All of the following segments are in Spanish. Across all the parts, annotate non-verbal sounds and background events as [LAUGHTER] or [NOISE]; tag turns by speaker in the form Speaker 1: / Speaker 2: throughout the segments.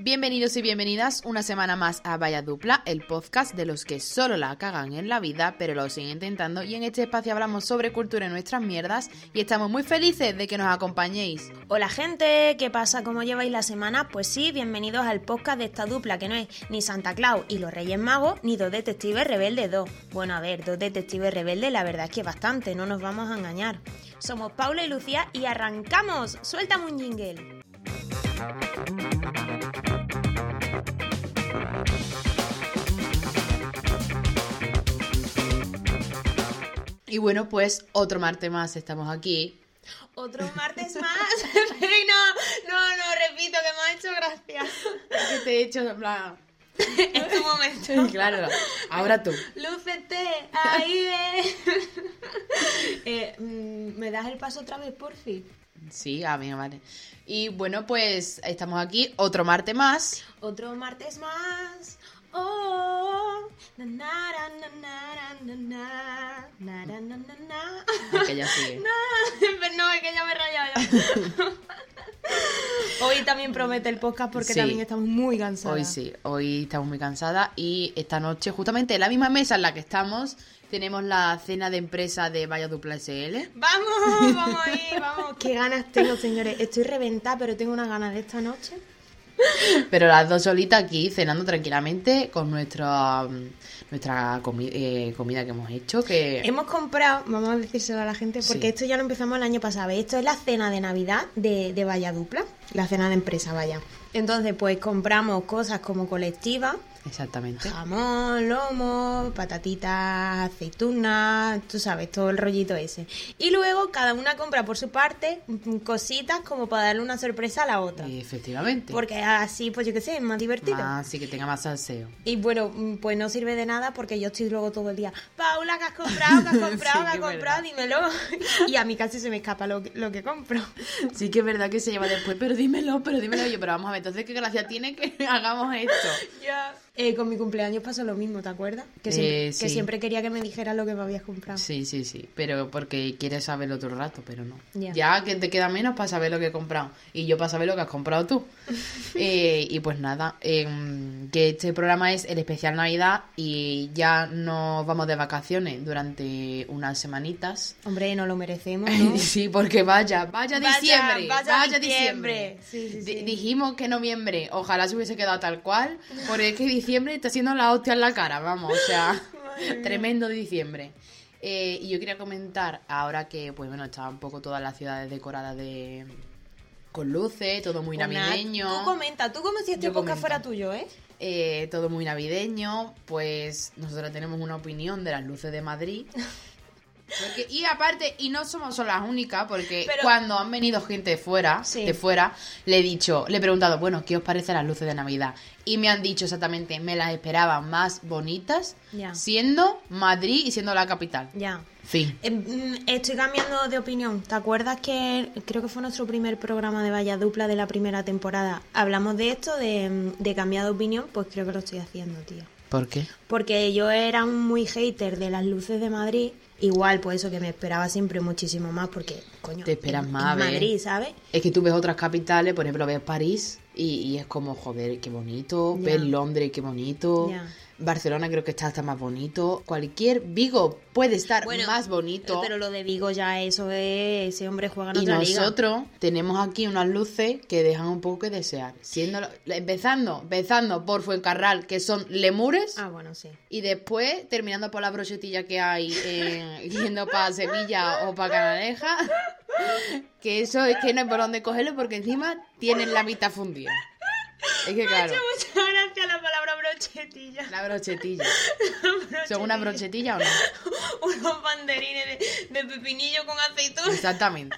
Speaker 1: Bienvenidos y bienvenidas una semana más a Vaya Dupla, el podcast de los que solo la cagan en la vida, pero lo siguen intentando. Y en este espacio hablamos sobre cultura y nuestras mierdas. Y estamos muy felices de que nos acompañéis.
Speaker 2: Hola gente, ¿qué pasa? ¿Cómo lleváis la semana? Pues sí, bienvenidos al podcast de esta dupla que no es ni Santa Claus y los Reyes Magos, ni Dos Detectives Rebeldes 2. Bueno, a ver, Dos Detectives Rebeldes la verdad es que bastante, no nos vamos a engañar. Somos Paula y Lucía y arrancamos. Suéltame un jingle.
Speaker 1: Y bueno, pues otro martes más estamos aquí.
Speaker 2: Otro martes más. [LAUGHS] Ay, no, no, no, repito, que me ha hecho gracia. [LAUGHS]
Speaker 1: Que te he hecho en [LAUGHS] plan,
Speaker 2: Es tu momento.
Speaker 1: Claro, ahora tú.
Speaker 2: [LAUGHS] Lúcete, ahí ves. [LAUGHS] Eh, mm, ¿Me das el paso otra vez, por fin?
Speaker 1: Sí, a mí, vale. Y bueno, pues estamos aquí otro martes más.
Speaker 2: Otro martes más. Oh, na, na, ra, na, na, ra, na, na, na, ra, na, na, na. [LAUGHS]
Speaker 1: Aunque ya sigue.
Speaker 2: No, [LAUGHS] pero no, es que ya me he rayado. ya. [LAUGHS] Hoy también promete el podcast porque
Speaker 1: Sí.
Speaker 2: también estamos muy cansados.
Speaker 1: Hoy sí, hoy estamos muy cansadas y esta noche, justamente en la misma mesa en la que estamos, tenemos la cena de empresa de Vaya Dupla SL. [COUGHS]
Speaker 2: Vamos, [LAUGHS] vamos ahí, vamos. Qué ganas tengo, señores. Estoy reventada, pero tengo unas ganas de esta noche.
Speaker 1: Pero las dos solitas aquí cenando tranquilamente con nuestra mm, nuestra comi- eh, comida que hemos hecho. Que
Speaker 2: Hemos comprado, vamos a decírselo a la gente, porque
Speaker 1: Sí.
Speaker 2: esto ya lo empezamos el año pasado. ¿veis? Esto es la cena de Navidad de, de Vaya Dupla, la cena de empresa, vaya. Entonces, pues compramos cosas como colectiva,
Speaker 1: Exactamente. eh,
Speaker 2: jamón, lomo, patatitas, aceitunas, tú sabes, todo el rollito ese. Y luego cada una compra por su parte mm, cositas como para darle una sorpresa a la otra.
Speaker 1: Efectivamente.
Speaker 2: Porque así, pues yo qué sé, es más divertido.
Speaker 1: Ah, sí, que tenga más salseo.
Speaker 2: Y bueno, mm, pues no sirve de nada porque yo estoy luego todo el día, Paula, ¿qué has comprado? ¿Qué has
Speaker 1: [LAUGHS]
Speaker 2: comprado?
Speaker 1: Sí,
Speaker 2: ¿Qué has
Speaker 1: es
Speaker 2: comprado? Dímelo. [LAUGHS] Y a mí casi se me escapa lo que, lo que compro.
Speaker 1: Sí que es verdad que se lleva después, pero dímelo, pero dímelo yo. Pero vamos a ver, entonces qué gracia tiene que [LAUGHS] hagamos esto.
Speaker 2: Eh, con mi cumpleaños pasó lo mismo, ¿te acuerdas? Que,
Speaker 1: Eh,
Speaker 2: siempre, que
Speaker 1: sí.
Speaker 2: siempre quería que me dijeras lo que me habías comprado.
Speaker 1: Sí, sí, sí. Pero porque quieres saberlo otro rato, pero no.
Speaker 2: Ya.
Speaker 1: Ya que te queda menos para saber lo que he comprado. Y yo para saber lo que has comprado tú. Eh, y pues nada, em, que este programa es el especial Navidad y ya nos vamos de vacaciones durante unas semanitas.
Speaker 2: Hombre, no
Speaker 1: [LAUGHS]
Speaker 2: lo merecemos, ¿no?
Speaker 1: Sí, porque vaya, vaya
Speaker 2: Vaya,
Speaker 1: diciembre,
Speaker 2: vaya
Speaker 1: vaya, diciembre.
Speaker 2: diciembre. Sí, sí,
Speaker 1: Di-
Speaker 2: sí.
Speaker 1: Dijimos que noviembre, ojalá se hubiese quedado tal cual, porque es que diciembre está siendo la hostia en la cara, vamos, o
Speaker 2: [LAUGHS]
Speaker 1: sea, tremendo diciembre. Eh, y yo quería comentar, ahora que, pues bueno, está un poco todas las ciudades decoradas de con luces, todo muy
Speaker 2: Pues nada,
Speaker 1: navideño.
Speaker 2: Tú comenta, tú como si este
Speaker 1: Yo comento.
Speaker 2: podcast fuera tuyo, ¿eh?
Speaker 1: eh, todo muy navideño, pues nosotros tenemos una opinión de las luces de
Speaker 2: [LAUGHS]
Speaker 1: Madrid. Porque- y aparte, y no somos solo las únicas, porque
Speaker 2: Pero-
Speaker 1: cuando han venido gente de fuera,
Speaker 2: Sí.
Speaker 1: de fuera, le he dicho, le he preguntado, bueno, ¿qué os parecen las luces de Navidad? Y me han dicho exactamente, me las esperaba más bonitas,
Speaker 2: Ya.
Speaker 1: siendo Madrid y siendo la capital.
Speaker 2: Ya.
Speaker 1: Fin.
Speaker 2: Eh, mm, Estoy cambiando de opinión. ¿Te acuerdas que creo que fue nuestro primer programa de Vaya Dupla de la primera temporada? Hablamos de esto, de, mm, de cambiar de opinión, pues creo que lo estoy haciendo, tío.
Speaker 1: ¿Por qué?
Speaker 2: Porque yo era un muy hater de las luces de Madrid, igual por eso que me esperaba siempre muchísimo más, porque, coño,
Speaker 1: Te esperas
Speaker 2: en-
Speaker 1: más, ¿eh?
Speaker 2: en
Speaker 1: ¿ves?
Speaker 2: Madrid, ¿sabes?
Speaker 1: Es que tú ves otras capitales, por ejemplo, ves París y, y es como, joder, qué bonito.
Speaker 2: Ya.
Speaker 1: Ves Londres, qué bonito.
Speaker 2: Ya.
Speaker 1: Barcelona creo que está hasta más bonito. Cualquier Vigo puede estar
Speaker 2: Bueno, eh,
Speaker 1: más bonito.
Speaker 2: Pero lo de Vigo ya, eso es, ese hombre juega en
Speaker 1: y
Speaker 2: otra liga.
Speaker 1: nosotros tenemos aquí unas luces que dejan un poco que desear. Siendo, la- empezando, empezando por Fuencarral, que son lemures.
Speaker 2: Ah, bueno, sí.
Speaker 1: Y después, terminando por la brochetilla que hay en- [LAUGHS] yendo para Sevilla o para Canaleja, [LAUGHS] que eso es que no hay por dónde cogerlo porque encima tienen la mitad fundida. Es que claro,
Speaker 2: [LAUGHS] Muchas gracias la palabra brochetilla. [LAUGHS]
Speaker 1: la brochetilla. ¿Son una brochetilla o no?
Speaker 2: [LAUGHS] unos banderines de, de pepinillo con aceituna.
Speaker 1: Exactamente.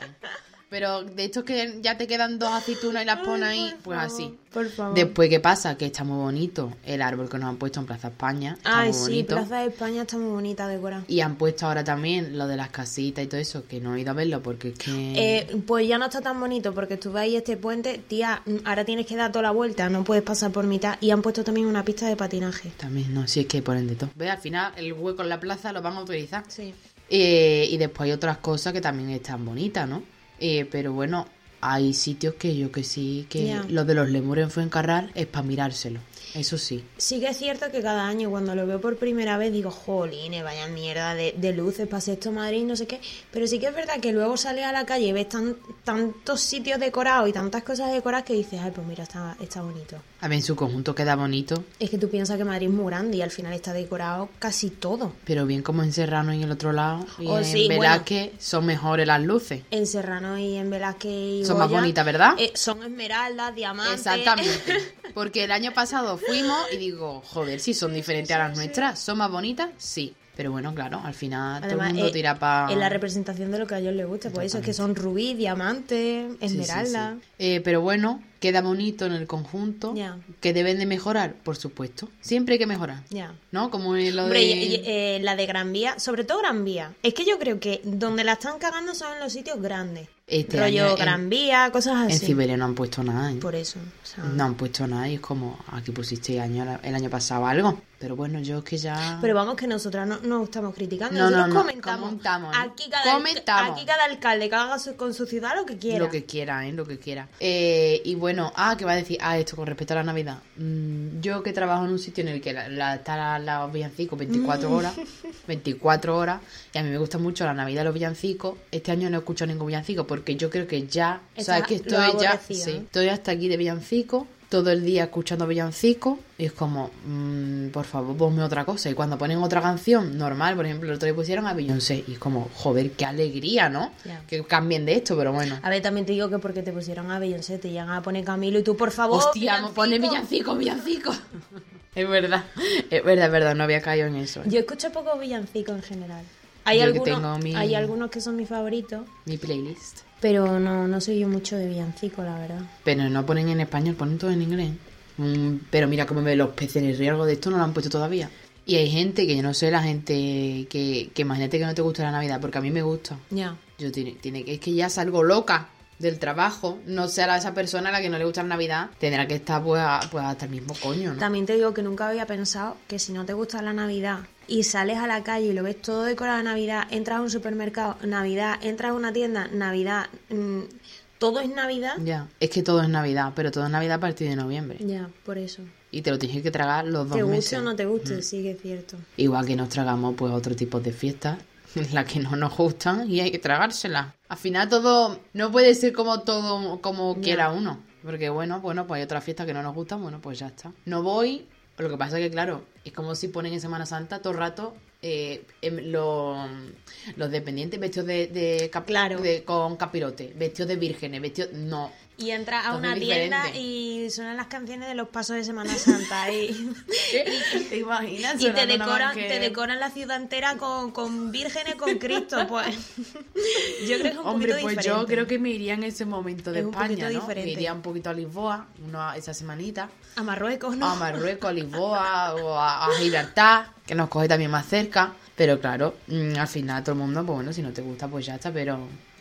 Speaker 1: Pero de estos que ya te quedan dos aceitunas y las pones ahí, pues así.
Speaker 2: Por favor.
Speaker 1: Después, ¿qué pasa? Que está muy bonito el árbol que nos han puesto en Plaza España. Está
Speaker 2: Ay,
Speaker 1: muy
Speaker 2: sí,
Speaker 1: bonito.
Speaker 2: Plaza de España está muy bonita decorada.
Speaker 1: Y han puesto ahora también lo de las casitas y todo eso, que no he ido a verlo porque es que...
Speaker 2: Eh, pues ya no está tan bonito porque estuve ahí este puente, tía, mm, ahora tienes que dar toda la vuelta, no puedes pasar por mitad y han puesto también una pista de patinaje.
Speaker 1: También, no, si es que ponen de todo. Ve, al final el hueco en la plaza lo van a autorizar.
Speaker 2: Sí.
Speaker 1: Eh, y después hay otras cosas que también están bonitas, ¿no? Eh, pero bueno, hay sitios que yo que sí, que
Speaker 2: Ya.
Speaker 1: lo de los lemures en Fuencarral es para mirárselo. Eso sí.
Speaker 2: Sí que es cierto que cada año cuando lo veo por primera vez digo, jolines, vaya mierda de, de luces, pase esto Madrid, no sé qué. Pero sí que es verdad que luego sales a la calle y ves tan- tantos sitios decorados y tantas cosas decoradas que dices, ay, pues mira, está, está bonito.
Speaker 1: También su conjunto queda bonito,
Speaker 2: Es que tú piensas que Madrid es muy grande y al final está decorado casi todo.
Speaker 1: pero bien como en Serrano y en el otro lado, y
Speaker 2: Oh,
Speaker 1: en
Speaker 2: sí, bueno.
Speaker 1: Velázquez son mejores las luces.
Speaker 2: En Serrano y en Velázquez y
Speaker 1: Son más
Speaker 2: Goya,
Speaker 1: bonitas, ¿verdad?
Speaker 2: eh, son esmeraldas, diamantes. [LAUGHS]
Speaker 1: Exactamente. Porque el año pasado fuimos y digo, joder, si son diferentes a las nuestras, son más bonitas, sí. Pero bueno, claro, al final todo
Speaker 2: Además,
Speaker 1: el mundo
Speaker 2: eh,
Speaker 1: tira para...
Speaker 2: Es la representación de lo que a ellos les gusta. Por eso es que son rubí, diamante, esmeralda.
Speaker 1: Eh, pero bueno, queda bonito en el conjunto.
Speaker 2: Ya.
Speaker 1: Que deben de mejorar, por supuesto. Siempre hay que mejorar.
Speaker 2: Ya.
Speaker 1: ¿No? Como en lo
Speaker 2: Hombre,
Speaker 1: de...
Speaker 2: y- y- eh, la de Gran Vía, sobre todo Gran Vía. Es que yo creo que donde la están cagando son en los sitios grandes.
Speaker 1: Este
Speaker 2: Rollo
Speaker 1: año en-
Speaker 2: Gran Vía, cosas
Speaker 1: en
Speaker 2: así.
Speaker 1: Ciberia no han puesto nada. ¿eh?
Speaker 2: Por eso. o sea.
Speaker 1: No han puesto nada y es como, aquí pusiste año, el año pasado algo. Pero bueno, yo es que ya...
Speaker 2: Pero vamos que nosotras no, no estamos criticando,
Speaker 1: No, no,
Speaker 2: nosotros
Speaker 1: no,
Speaker 2: comentamos.
Speaker 1: comentamos.
Speaker 2: Aquí cada,
Speaker 1: Comentamos.
Speaker 2: aquí cada alcalde que haga su- con su ciudad lo que quiera.
Speaker 1: Lo que quiera, ¿eh? Lo que quiera. Eh, y bueno, ah, que va a decir, ah, esto con respecto a la Navidad. Mm, yo que trabajo en un sitio en el que la, la- está la, la- los villancicos
Speaker 2: Mm.
Speaker 1: 24
Speaker 2: [LAUGHS]
Speaker 1: horas, 24 horas, y a mí me gusta mucho la Navidad de los villancicos. Este año no he escuchado ningún villancico porque yo creo que ya, o sea,
Speaker 2: Está-
Speaker 1: es que
Speaker 2: lo
Speaker 1: estoy ya,
Speaker 2: aborrecía,
Speaker 1: sí,
Speaker 2: ¿no?
Speaker 1: estoy hasta aquí de villancico. Todo el día escuchando villancicos y es como, mm, por favor, ponme otra cosa. Y cuando ponen otra canción normal, por ejemplo, el otro día pusieron a Beyoncé y es como, joder, qué alegría, ¿no?
Speaker 2: Ya.
Speaker 1: Que cambien de esto, pero bueno.
Speaker 2: A ver, también te digo que porque te pusieron a Beyoncé, te llegan a poner Camilo y tú, por favor.
Speaker 1: Hostia, me pone villancico, villancico. [LAUGHS] Es verdad, es verdad, es verdad, no había caído en eso.
Speaker 2: Yo escucho poco villancico en general. Hay
Speaker 1: Yo que
Speaker 2: algunos,
Speaker 1: tengo mi-
Speaker 2: hay algunos que son mis favoritos,
Speaker 1: Mi playlist.
Speaker 2: pero no, no soy yo mucho de villancico, la verdad.
Speaker 1: Pero no ponen en español, ponen todo en inglés. Mm, pero mira cómo me los peces en el río, algo de esto no lo han puesto todavía. Y hay gente que yo no sé, la gente que, que imagínate que no te gusta la Navidad, porque a mí me gusta.
Speaker 2: Ya.
Speaker 1: Yo tiene, tiene que, es que ya salgo loca del trabajo. No sea la- esa persona a la que no le gusta la Navidad, tendrá que estar pues, a- pues hasta el mismo coño, ¿no?
Speaker 2: También te digo que nunca había pensado que si no te gusta la Navidad y sales a la calle y lo ves todo decorado de Navidad, entras a un supermercado, Navidad, entras a una tienda, Navidad, mm, todo es Navidad.
Speaker 1: Ya, es que todo es Navidad, pero todo es Navidad a partir de noviembre.
Speaker 2: Ya, por eso.
Speaker 1: Y te lo tienes que tragar los dos
Speaker 2: Te guste
Speaker 1: meses.
Speaker 2: o no te guste,
Speaker 1: Mm.
Speaker 2: sí que es cierto.
Speaker 1: Igual que nos tragamos pues otro tipo de fiestas, [LAUGHS] las que no nos gustan y hay que tragárselas. Al final todo no puede ser como todo como quiera uno, porque bueno, bueno, pues hay otras fiestas que no nos gustan, bueno, pues ya está. No voy, lo que pasa es que claro, es como si ponen en Semana Santa todo el rato eh, em, lo- los dependientes vestidos de, de cap-
Speaker 2: Claro.
Speaker 1: de- con capirote, vestidos de vírgenes, vestidos no,
Speaker 2: Y entras a
Speaker 1: Todo
Speaker 2: una
Speaker 1: muy
Speaker 2: tienda
Speaker 1: diferente.
Speaker 2: y suenan las canciones de los pasos de Semana Santa [LAUGHS] y,
Speaker 1: [LAUGHS] ¿Te imaginas?
Speaker 2: y te,
Speaker 1: sonando nada más
Speaker 2: decoran,
Speaker 1: que-
Speaker 2: te decoran la ciudad entera con, con vírgenes, con Cristo. [LAUGHS] Pues yo creo que es un
Speaker 1: Hombre,
Speaker 2: poquito
Speaker 1: pues
Speaker 2: diferente.
Speaker 1: yo creo que me iría en ese momento de
Speaker 2: Es un
Speaker 1: España,
Speaker 2: poquito
Speaker 1: ¿no? Me
Speaker 2: diferente.
Speaker 1: iría un poquito a Lisboa, una, esa semanita,
Speaker 2: A Marruecos, ¿no?
Speaker 1: a Marruecos, a Lisboa o a, a Gibraltar, que nos coge también más cerca. Pero claro, mm, al final todo el mundo, pues bueno, si no te gusta, pues ya está, pero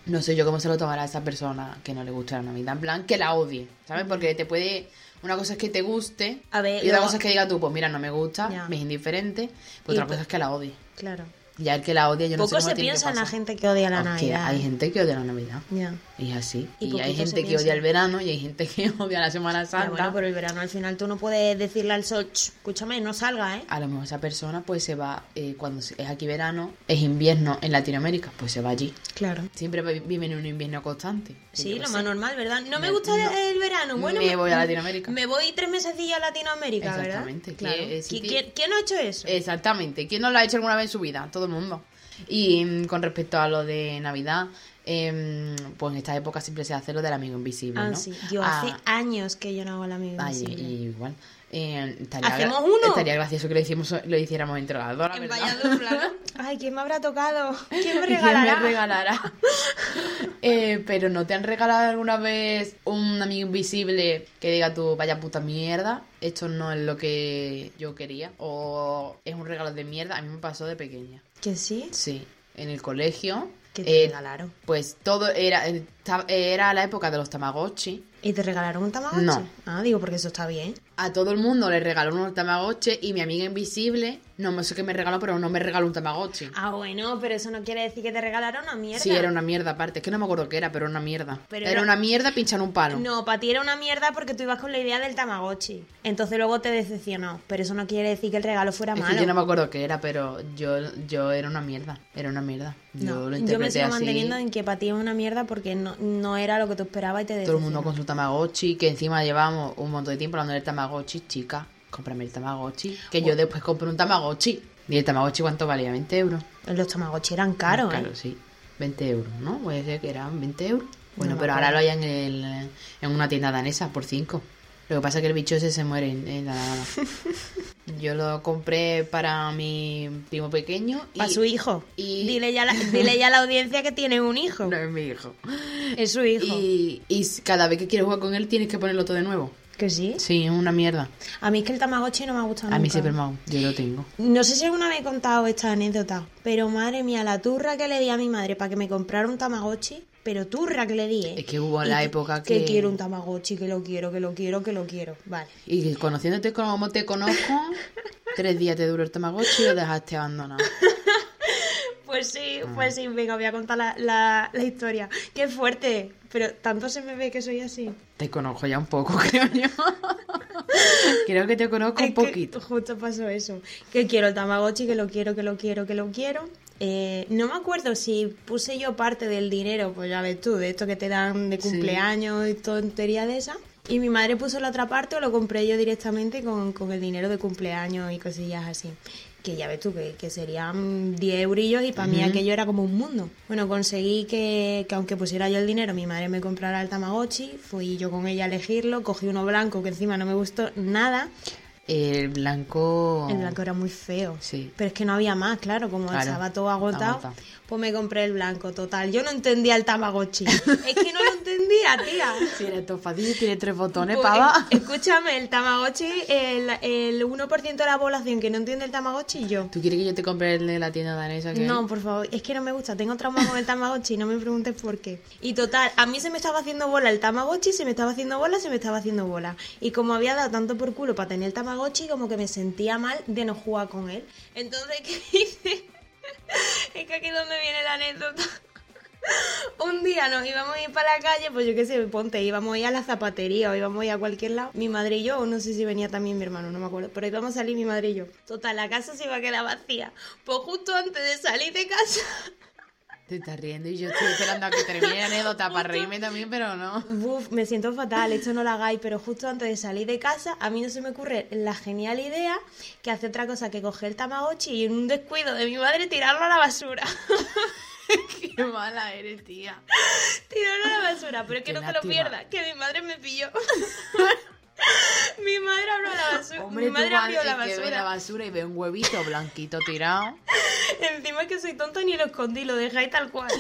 Speaker 1: no sé yo cómo se lo tomará a esa persona que no le gusta la Navidad, en plan que la odie, ¿sabes? Porque te puede... Una cosa es que te guste
Speaker 2: A ver,
Speaker 1: y otra
Speaker 2: luego-
Speaker 1: cosa es que diga tú, pues mira, no me gusta,
Speaker 2: Ya.
Speaker 1: me es indiferente,
Speaker 2: Y
Speaker 1: pues otra
Speaker 2: po-
Speaker 1: cosa es que la odie.
Speaker 2: Claro.
Speaker 1: Ya el que la odia, yo no sé
Speaker 2: Poco
Speaker 1: cómo
Speaker 2: se
Speaker 1: tiene que
Speaker 2: piensa en la
Speaker 1: pasar.
Speaker 2: gente que odia la
Speaker 1: Aunque
Speaker 2: Navidad.
Speaker 1: Hay gente que odia la Navidad.
Speaker 2: Ya.
Speaker 1: Y es así.
Speaker 2: Y
Speaker 1: Y,
Speaker 2: poquito
Speaker 1: hay
Speaker 2: se
Speaker 1: gente que
Speaker 2: piensa.
Speaker 1: odia el verano y hay gente que [LAUGHS] odia la Semana
Speaker 2: Ya,
Speaker 1: Santa.
Speaker 2: bueno, pero el verano al final tú no puedes decirle al sol, "Ch, escúchame, no salga, ¿eh?
Speaker 1: A lo mejor esa persona pues se va, eh, cuando es aquí verano, es invierno en Latinoamérica, pues se va allí.
Speaker 2: Claro.
Speaker 1: Siempre vi- viven en un invierno constante.
Speaker 2: Sí,
Speaker 1: Yo
Speaker 2: lo
Speaker 1: qué
Speaker 2: más
Speaker 1: sé.
Speaker 2: normal, ¿verdad? No me gusta el- el verano. Bueno,
Speaker 1: me voy a Latinoamérica.
Speaker 2: Me voy tres meses a Latinoamérica, ¿verdad?
Speaker 1: Exactamente.
Speaker 2: Claro.
Speaker 1: Que, eh, sí
Speaker 2: ¿Qui-
Speaker 1: que-
Speaker 2: quién- ¿Quién no ha hecho eso?
Speaker 1: Exactamente. ¿Quién no lo ha hecho alguna vez en su vida? Todo el mundo. Y mm, con respecto a lo de Navidad, em, pues en esta época siempre se hace lo del amigo invisible,
Speaker 2: ah,
Speaker 1: ¿no?
Speaker 2: sí. Yo
Speaker 1: Ah,
Speaker 2: hace años que yo no hago la misma.
Speaker 1: Ay, y igual. Eh, estaría gra-
Speaker 2: ¿Hacemos uno?
Speaker 1: Estaría gracioso que lo, hicimos, lo hiciéramos entre las dos, la
Speaker 2: En
Speaker 1: verdad. [LAUGHS]
Speaker 2: Valladolid, ¿no? Ay, ¿quién me habrá tocado? ¿Quién me
Speaker 1: ¿Quién me
Speaker 2: regalará?
Speaker 1: regalará? [LAUGHS] Eh, pero ¿no te han regalado alguna vez un amigo invisible que diga tú, vaya puta mierda, esto no es lo que yo quería? ¿O es un regalo de mierda? A mí me pasó de pequeña.
Speaker 2: ¿Que sí?
Speaker 1: Sí, en el colegio.
Speaker 2: Que te
Speaker 1: eh,
Speaker 2: regalaron.
Speaker 1: Pues todo era, esta- era la época de los Tamagotchi.
Speaker 2: ¿Y te regalaron un Tamagotchi?
Speaker 1: No.
Speaker 2: Ah, digo, porque eso está bien.
Speaker 1: A todo el mundo le regaló un Tamagotchi y mi amiga invisible, no me sé qué me regaló, pero no me regaló un Tamagotchi.
Speaker 2: Ah, bueno, pero eso no quiere decir que te regalaron una mierda.
Speaker 1: Sí, era una mierda aparte. Es que no me acuerdo qué era, pero era una mierda.
Speaker 2: Pero
Speaker 1: era
Speaker 2: era-
Speaker 1: una mierda pinchar un palo.
Speaker 2: No, para ti era una mierda porque tú ibas con la idea del Tamagotchi. Entonces luego te decepcionó. Pero eso no quiere decir que el regalo fuera
Speaker 1: Es
Speaker 2: malo.
Speaker 1: que yo no me acuerdo qué era, pero yo, yo era una mierda. Era una mierda. Yo
Speaker 2: No,
Speaker 1: lo
Speaker 2: yo me
Speaker 1: interpreté
Speaker 2: sigo
Speaker 1: así.
Speaker 2: manteniendo en que para ti es una mierda porque no, no era lo que tú esperabas y te
Speaker 1: Todo el
Speaker 2: decepcionó.
Speaker 1: mundo con su Tamagotchi, que encima llevamos un montón de tiempo hablando del Tamagotchi, chica. Cómprame el Tamagotchi. Que yo después compré un Tamagotchi. ¿Y el Tamagotchi cuánto valía? ¿20 euros?
Speaker 2: Los Tamagotchi eran caros,
Speaker 1: Claro,
Speaker 2: ¿eh?
Speaker 1: sí. 20 euros, ¿no? Puede ser que eran 20 euros. Bueno,
Speaker 2: me
Speaker 1: pero
Speaker 2: acuerdo.
Speaker 1: ahora lo hay en, el- en una tienda danesa por 5. Lo que pasa es que el bicho ese se muere en, en la nada.
Speaker 2: [LAUGHS]
Speaker 1: Yo lo compré para mi primo pequeño. y-
Speaker 2: Para su hijo.
Speaker 1: y-
Speaker 2: Dile, ya a la, dile ya a la audiencia que tiene un
Speaker 1: [LAUGHS]
Speaker 2: hijo.
Speaker 1: No es mi hijo.
Speaker 2: Es su hijo.
Speaker 1: Y, y cada vez que quieres jugar con él tienes que ponerlo todo de nuevo.
Speaker 2: ¿Que sí?
Speaker 1: Sí, es una mierda.
Speaker 2: A mí es que el Tamagotchi no me ha gustado
Speaker 1: A mí
Speaker 2: nunca.
Speaker 1: siempre me ha gustado. Yo lo tengo.
Speaker 2: No sé si alguna vez he contado esta anécdota, pero madre mía, la turra que le di a mi madre para que me comprara un Tamagotchi, pero turra que le di, ¿eh?
Speaker 1: Es que hubo la
Speaker 2: Y
Speaker 1: época que-
Speaker 2: quiero un Tamagotchi, que lo quiero, que lo quiero, que lo quiero. Vale.
Speaker 1: Y conociéndote como te [LAUGHS] conozco, tres días te duró el Tamagotchi y lo dejaste abandonado.
Speaker 2: Pues sí,
Speaker 1: Ah.
Speaker 2: pues sí, venga, voy a contar la, la- la historia. Qué fuerte, pero tanto se me ve que soy así.
Speaker 1: Te conozco ya un poco, [LAUGHS] creo yo. creo que te conozco
Speaker 2: Es
Speaker 1: un
Speaker 2: que
Speaker 1: poquito.
Speaker 2: justo pasó eso. Que quiero el Tamagotchi, que lo quiero, que lo quiero, que lo quiero. Eh, no me acuerdo si puse yo parte del dinero, pues ya ves tú, de esto que te dan de
Speaker 1: Sí.
Speaker 2: cumpleaños y tontería de esa. Y mi madre puso la otra parte o lo compré yo directamente con, con el dinero de cumpleaños y cosillas así. Que ya ves tú, que, que serían 10 eurillos y para mí aquello era como un mundo. Bueno, conseguí que, que aunque pusiera yo el dinero, mi madre me comprara el Tamagotchi. Fui yo con ella a elegirlo, cogí uno blanco que encima no me gustó nada.
Speaker 1: El blanco.
Speaker 2: El blanco era muy feo.
Speaker 1: Oh. Sí.
Speaker 2: Pero es que no había más, claro, como
Speaker 1: Claro,
Speaker 2: estaba todo agotado,
Speaker 1: agotado.
Speaker 2: pues me compré el blanco, total. Yo no entendía
Speaker 1: [LAUGHS]
Speaker 2: el Tamagotchi. es que no lo entendía, tía.
Speaker 1: Tiene todo fácil, tiene tres botones,
Speaker 2: Pues,
Speaker 1: pava.
Speaker 2: eh, Escúchame, el Tamagotchi, el, el 1% de la población que no entiende el Tamagotchi, yo.
Speaker 1: ¿Tú quieres que yo te compre el de la tienda danesa? Que hay?
Speaker 2: No, por favor, es que no me gusta, tengo trauma con el Tamagotchi, no me preguntes por qué. Y total, a mí se me estaba haciendo bola el Tamagotchi, se me estaba haciendo bola, se me estaba haciendo bola. Y como había dado tanto por culo para tener el Tamagotchi, como que me sentía mal de no jugar con él. Entonces, [LAUGHS] ¿qué hice? Es que aquí es donde viene la anécdota. Un día nos íbamos a ir para la calle, pues yo qué sé, ponte, íbamos a ir a la zapatería o íbamos a ir a cualquier lado. Mi madre y yo, o no sé si venía también mi hermano, no me acuerdo, pero íbamos a salir mi madre y yo. Total, la casa se iba a quedar vacía. Pues justo antes de salir de casa, [LAUGHS]
Speaker 1: Te estás riendo y yo estoy esperando a que termine la anécdota para reírme también, pero no.
Speaker 2: Buf, me siento fatal, esto no lo hagáis, pero justo antes de salir de casa, a mí no se me ocurre la genial idea que hace otra cosa que coger el Tamagotchi y en un descuido de mi madre tirarlo a la basura.
Speaker 1: [LAUGHS] Qué mala eres, tía.
Speaker 2: Tirarlo a la basura, pero es que
Speaker 1: Qué
Speaker 2: no te lo
Speaker 1: lástima.
Speaker 2: pierdas, que mi madre me
Speaker 1: [LAUGHS]
Speaker 2: pilló. mi madre abrió la basura. mi
Speaker 1: tú
Speaker 2: madre
Speaker 1: vas
Speaker 2: abrió
Speaker 1: el
Speaker 2: la
Speaker 1: que ve la
Speaker 2: basura.
Speaker 1: basura y ve un huevito blanquito
Speaker 2: [LAUGHS]
Speaker 1: tirado.
Speaker 2: Encima que soy tonta ni lo escondí, lo dejé ahí tal
Speaker 1: [LAUGHS]
Speaker 2: cual.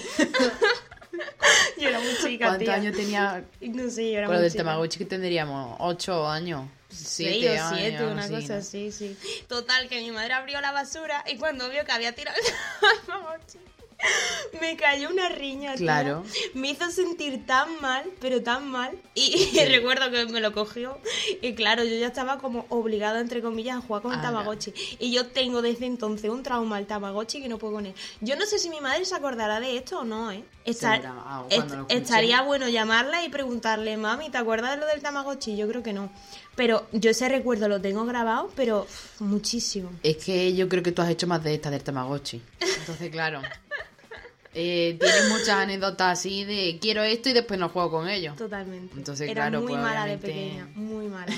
Speaker 2: yo era muy chica,
Speaker 1: ¿Cuántos
Speaker 2: tía.
Speaker 1: años tenía
Speaker 2: No sé, yo era
Speaker 1: con lo
Speaker 2: muy
Speaker 1: del
Speaker 2: chica.
Speaker 1: Tamagotchi que tendríamos? ¿Ocho años?
Speaker 2: Seis
Speaker 1: ¿Siete
Speaker 2: o
Speaker 1: años?
Speaker 2: siete, una
Speaker 1: así,
Speaker 2: cosa
Speaker 1: ¿no?
Speaker 2: así, sí. Total, que mi madre abrió la basura y cuando vio que había tirado el [LAUGHS] Tamagotchi, me cayó una riña. tía.
Speaker 1: Claro.
Speaker 2: Me hizo sentir tan mal, pero tan mal. Y, [LAUGHS] y recuerdo que me lo cogió. Y claro, yo ya estaba como obligada, entre comillas, a jugar con el
Speaker 1: Ala.
Speaker 2: Tamagotchi. Y yo tengo desde entonces un trauma al Tamagotchi que no puedo con él. Yo no sé si mi madre se acordará de esto o no, ¿eh? Estar-
Speaker 1: Segura- ah, cuando lo escuche.
Speaker 2: estaría bueno llamarla y preguntarle, mami, ¿te acuerdas de lo del Tamagotchi? Yo creo que no. Pero yo ese recuerdo lo tengo grabado, pero uf, muchísimo.
Speaker 1: Es que yo creo que tú has hecho más de esta del Tamagotchi. Entonces,
Speaker 2: [LAUGHS]
Speaker 1: claro. eh, tienes muchas anécdotas así de quiero esto y después no juego con ello.
Speaker 2: Totalmente.
Speaker 1: Entonces,
Speaker 2: Era
Speaker 1: claro,
Speaker 2: muy
Speaker 1: pues,
Speaker 2: mala [LAUGHS] de
Speaker 1: obviamente-
Speaker 2: pequeña, muy mala.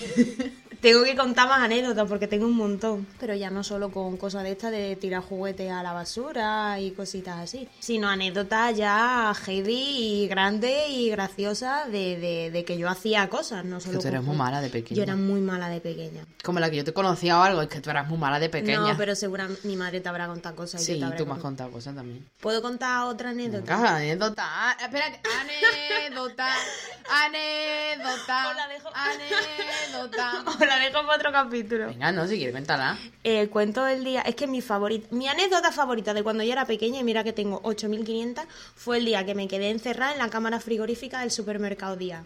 Speaker 2: Tengo que contar más anécdotas porque tengo un montón. Pero ya no solo con cosas de estas de tirar juguetes a la basura y cositas así, sino anécdotas ya heavy y grande y graciosa de, de, de que yo hacía cosas, no solo
Speaker 1: tú eras
Speaker 2: con
Speaker 1: muy
Speaker 2: juguetes.
Speaker 1: mala de pequeña.
Speaker 2: Yo era muy mala de pequeña.
Speaker 1: Como la que yo te conocía o algo, es que tú eras muy mala de pequeña.
Speaker 2: No, pero seguramente mi madre te habrá contado cosas. y yo
Speaker 1: sí,
Speaker 2: te habré
Speaker 1: tú me has
Speaker 2: contado.
Speaker 1: contado cosas también.
Speaker 2: ¿Puedo contar otra anécdota?
Speaker 1: Venga, anécdota. Ah, espérate, anécdota. Anécdota.
Speaker 2: Os la dejo.
Speaker 1: [LAUGHS] Anécdota.
Speaker 2: [LAUGHS] Os la dejo para otro capítulo. Eh,
Speaker 1: Venga, no, si quieres, cuéntala.
Speaker 2: El cuento del día, es que mi favorita, mi anécdota favorita de cuando yo era pequeña, y mira que tengo 8500, fue el día que me quedé encerrada en la cámara frigorífica del supermercado Día.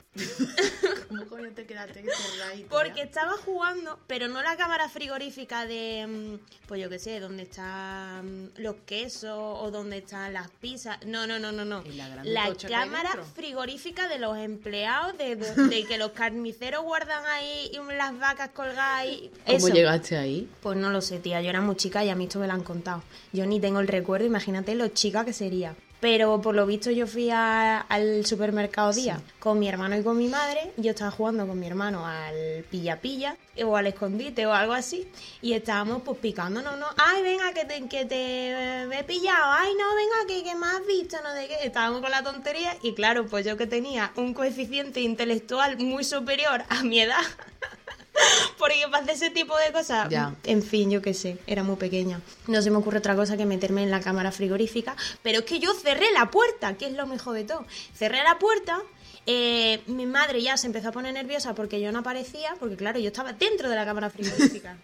Speaker 1: ¿Cómo coño te quedaste encerradita?
Speaker 2: Porque estaba jugando, pero no la cámara frigorífica de, mm, pues yo qué sé, donde están mm, los quesos o donde están las pizzas. No, no, no, no, no.
Speaker 1: ¿Y la grande
Speaker 2: La
Speaker 1: tocha que hay
Speaker 2: cámara
Speaker 1: dentro?
Speaker 2: frigorífica de los empleados,
Speaker 1: [LAUGHS]
Speaker 2: de, de que los carniceros guardan ahí y las vacas colgadas ahí.
Speaker 1: ¿Cómo
Speaker 2: Eso.
Speaker 1: llegaste ahí?
Speaker 2: Pues no lo sé, tía. Yo era muy chica y a mí esto me lo han contado. Yo ni tengo el recuerdo, imagínate lo chica que sería. Pero por lo visto yo fui a- al supermercado día con mi hermano y con mi madre. Yo estaba jugando con mi hermano al pilla-pilla o al escondite o algo así. Y estábamos pues picándonos, ¿no? Ay, venga, que te, que te eh, he pillado. Ay, no, venga, que, que me has visto, no de qué. Estábamos con la tontería y claro, pues yo que tenía un coeficiente intelectual muy superior a mi edad. [LAUGHS] Porque para hacer ese tipo de cosas,
Speaker 1: Ya.
Speaker 2: en fin, yo qué sé, era muy pequeña. No se me ocurre otra cosa que meterme en la cámara frigorífica, pero es que yo cerré la puerta, que es lo mejor de todo. Cerré la puerta, eh, mi madre ya se empezó a poner nerviosa porque yo no aparecía, porque claro, yo estaba dentro de la cámara frigorífica.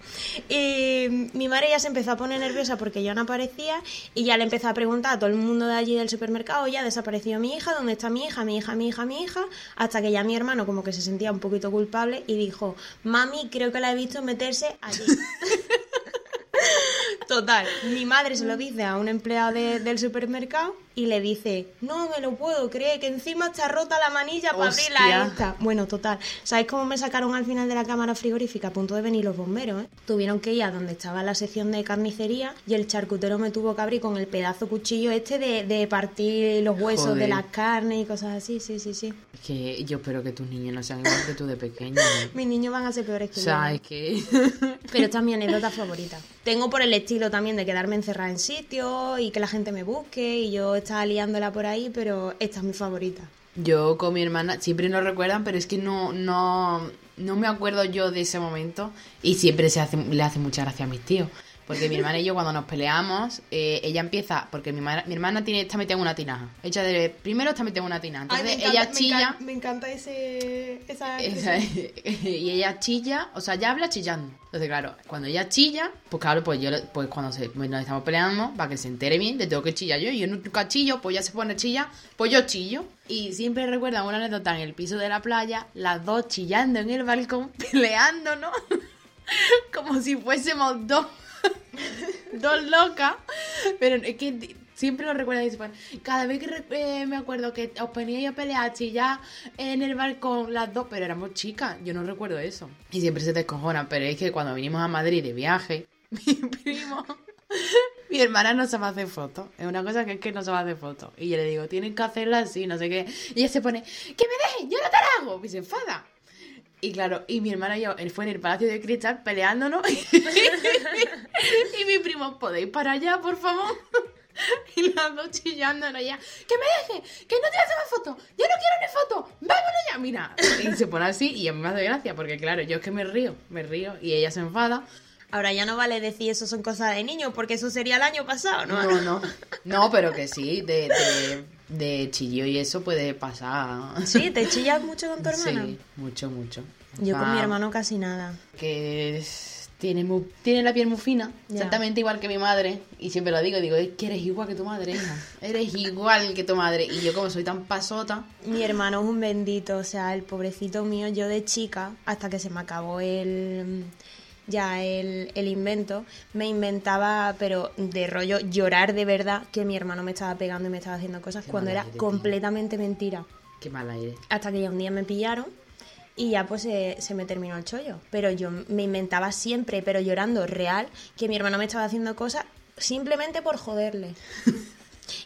Speaker 2: y mi madre ya se empezó a poner nerviosa porque yo no aparecía y ya le empezó a preguntar a todo el mundo de allí del supermercado, ya ha desaparecido mi hija, ¿dónde está mi hija? Mi hija, mi hija, mi hija, hasta que ya mi hermano como que se sentía un poquito culpable y dijo, mami, creo que la he visto meterse allí. Total, mi madre se lo dice a un empleado de- del supermercado y le dice, no me lo puedo creer, que encima está rota la manilla para abrir
Speaker 1: Hostia.
Speaker 2: la esta. Bueno, total, ¿sabéis cómo me sacaron al final de la cámara frigorífica? A punto de venir los bomberos, ¿eh? Tuvieron que ir a donde estaba la sección de carnicería y el charcutero me tuvo que abrir con el pedazo cuchillo este de, de partir los huesos
Speaker 1: Joder.
Speaker 2: de las carnes y cosas así, sí, sí, sí.
Speaker 1: Es que yo espero que tus niños no sean igual que tú de
Speaker 2: [LAUGHS]
Speaker 1: pequeña. ¿eh?
Speaker 2: Mis niños van a ser peores
Speaker 1: o
Speaker 2: que yo.
Speaker 1: sea, es que...
Speaker 2: Pero esta es mi anécdota favorita. Tengo por el estilo también de quedarme encerrada en sitio y que la gente me busque y yo estaba liándola por ahí, pero esta es mi favorita.
Speaker 1: Yo con mi hermana siempre nos recuerdan, pero es que no, no, no me acuerdo yo de ese momento y siempre se hace, le hace mucha gracia a mis tíos. Porque mi hermana y yo cuando nos peleamos, eh, ella empieza, porque mi, ma- mi hermana tiene, está metida en una tinaja. Ella de primero está metida en una tinaja. Entonces ella chilla.
Speaker 2: Me encanta ese, esa...
Speaker 1: Esa es. [LAUGHS] y ella chilla, o sea, ya habla chillando. Entonces, claro, cuando ella chilla, pues claro, pues yo, le- pues cuando se- pues nos estamos peleando, para que se entere bien, le tengo que chillar yo. Y yo nunca chillo, pues ya se pone chilla, pues yo chillo. Y siempre recuerdan una anécdota en el piso de la playa, las dos chillando en el balcón, [LAUGHS] peleándonos, como si fuésemos dos dos locas. Pero es que di- siempre lo recuerdo. y dice, bueno, Cada vez que re- eh, me acuerdo que os poníais a pelear ya en el balcón las dos, pero éramos chicas. Yo no recuerdo eso. Y siempre se descojonan. Pero es que cuando vinimos a Madrid de viaje, [LAUGHS] mi primo. Mi hermana no se me hace fotos. Es una cosa que es que no se me hace fotos. Y yo le digo, tienen que hacerla así, no sé qué. Y ella se pone, que me dejen, yo no te la hago. Y se enfada. Y claro, y mi hermana y yo, él fue en el Palacio de Cristal peleándonos. [LAUGHS] y mi primo, ¿podéis para allá, por favor? [LAUGHS] y las dos chillándonos ya. ¡Que me deje! ¡Que no te hace más fotos! ¡Yo no quiero ni foto! ¡Vámonos ya! Mira. Y se pone así y a mí me hace gracia porque claro, yo es que me río, me río y ella se enfada.
Speaker 2: Ahora ya no vale decir eso son cosas de niños, porque eso sería el año pasado, ¿no?
Speaker 1: No, no. No, pero que sí, de, de, de chillido y eso puede pasar.
Speaker 2: Sí, te chillas mucho con tu hermano.
Speaker 1: Sí, mucho, mucho.
Speaker 2: Yo con mi
Speaker 1: Ah.
Speaker 2: hermano casi nada.
Speaker 1: que es- tiene, mu- tiene la piel muy fina,
Speaker 2: Ya.
Speaker 1: exactamente igual que mi madre. Y siempre lo digo, digo, es que eres igual que tu madre, hija. [LAUGHS] Eres igual que tu madre. Y yo como soy tan pasota,
Speaker 2: Mi hermano es un bendito, o sea, el pobrecito mío, yo de chica, hasta que se me acabó el ya el, el invento, me inventaba, pero de rollo llorar de verdad que mi hermano me estaba pegando y me estaba haciendo cosas
Speaker 1: Qué
Speaker 2: cuando
Speaker 1: mala
Speaker 2: era
Speaker 1: eres, tío.
Speaker 2: completamente mentira.
Speaker 1: qué mala eres.
Speaker 2: Hasta que ya un día me pillaron y ya pues se, se me terminó el chollo. Pero yo me inventaba siempre, pero llorando real, que mi hermano me estaba haciendo cosas simplemente por
Speaker 1: [LAUGHS]
Speaker 2: joderle.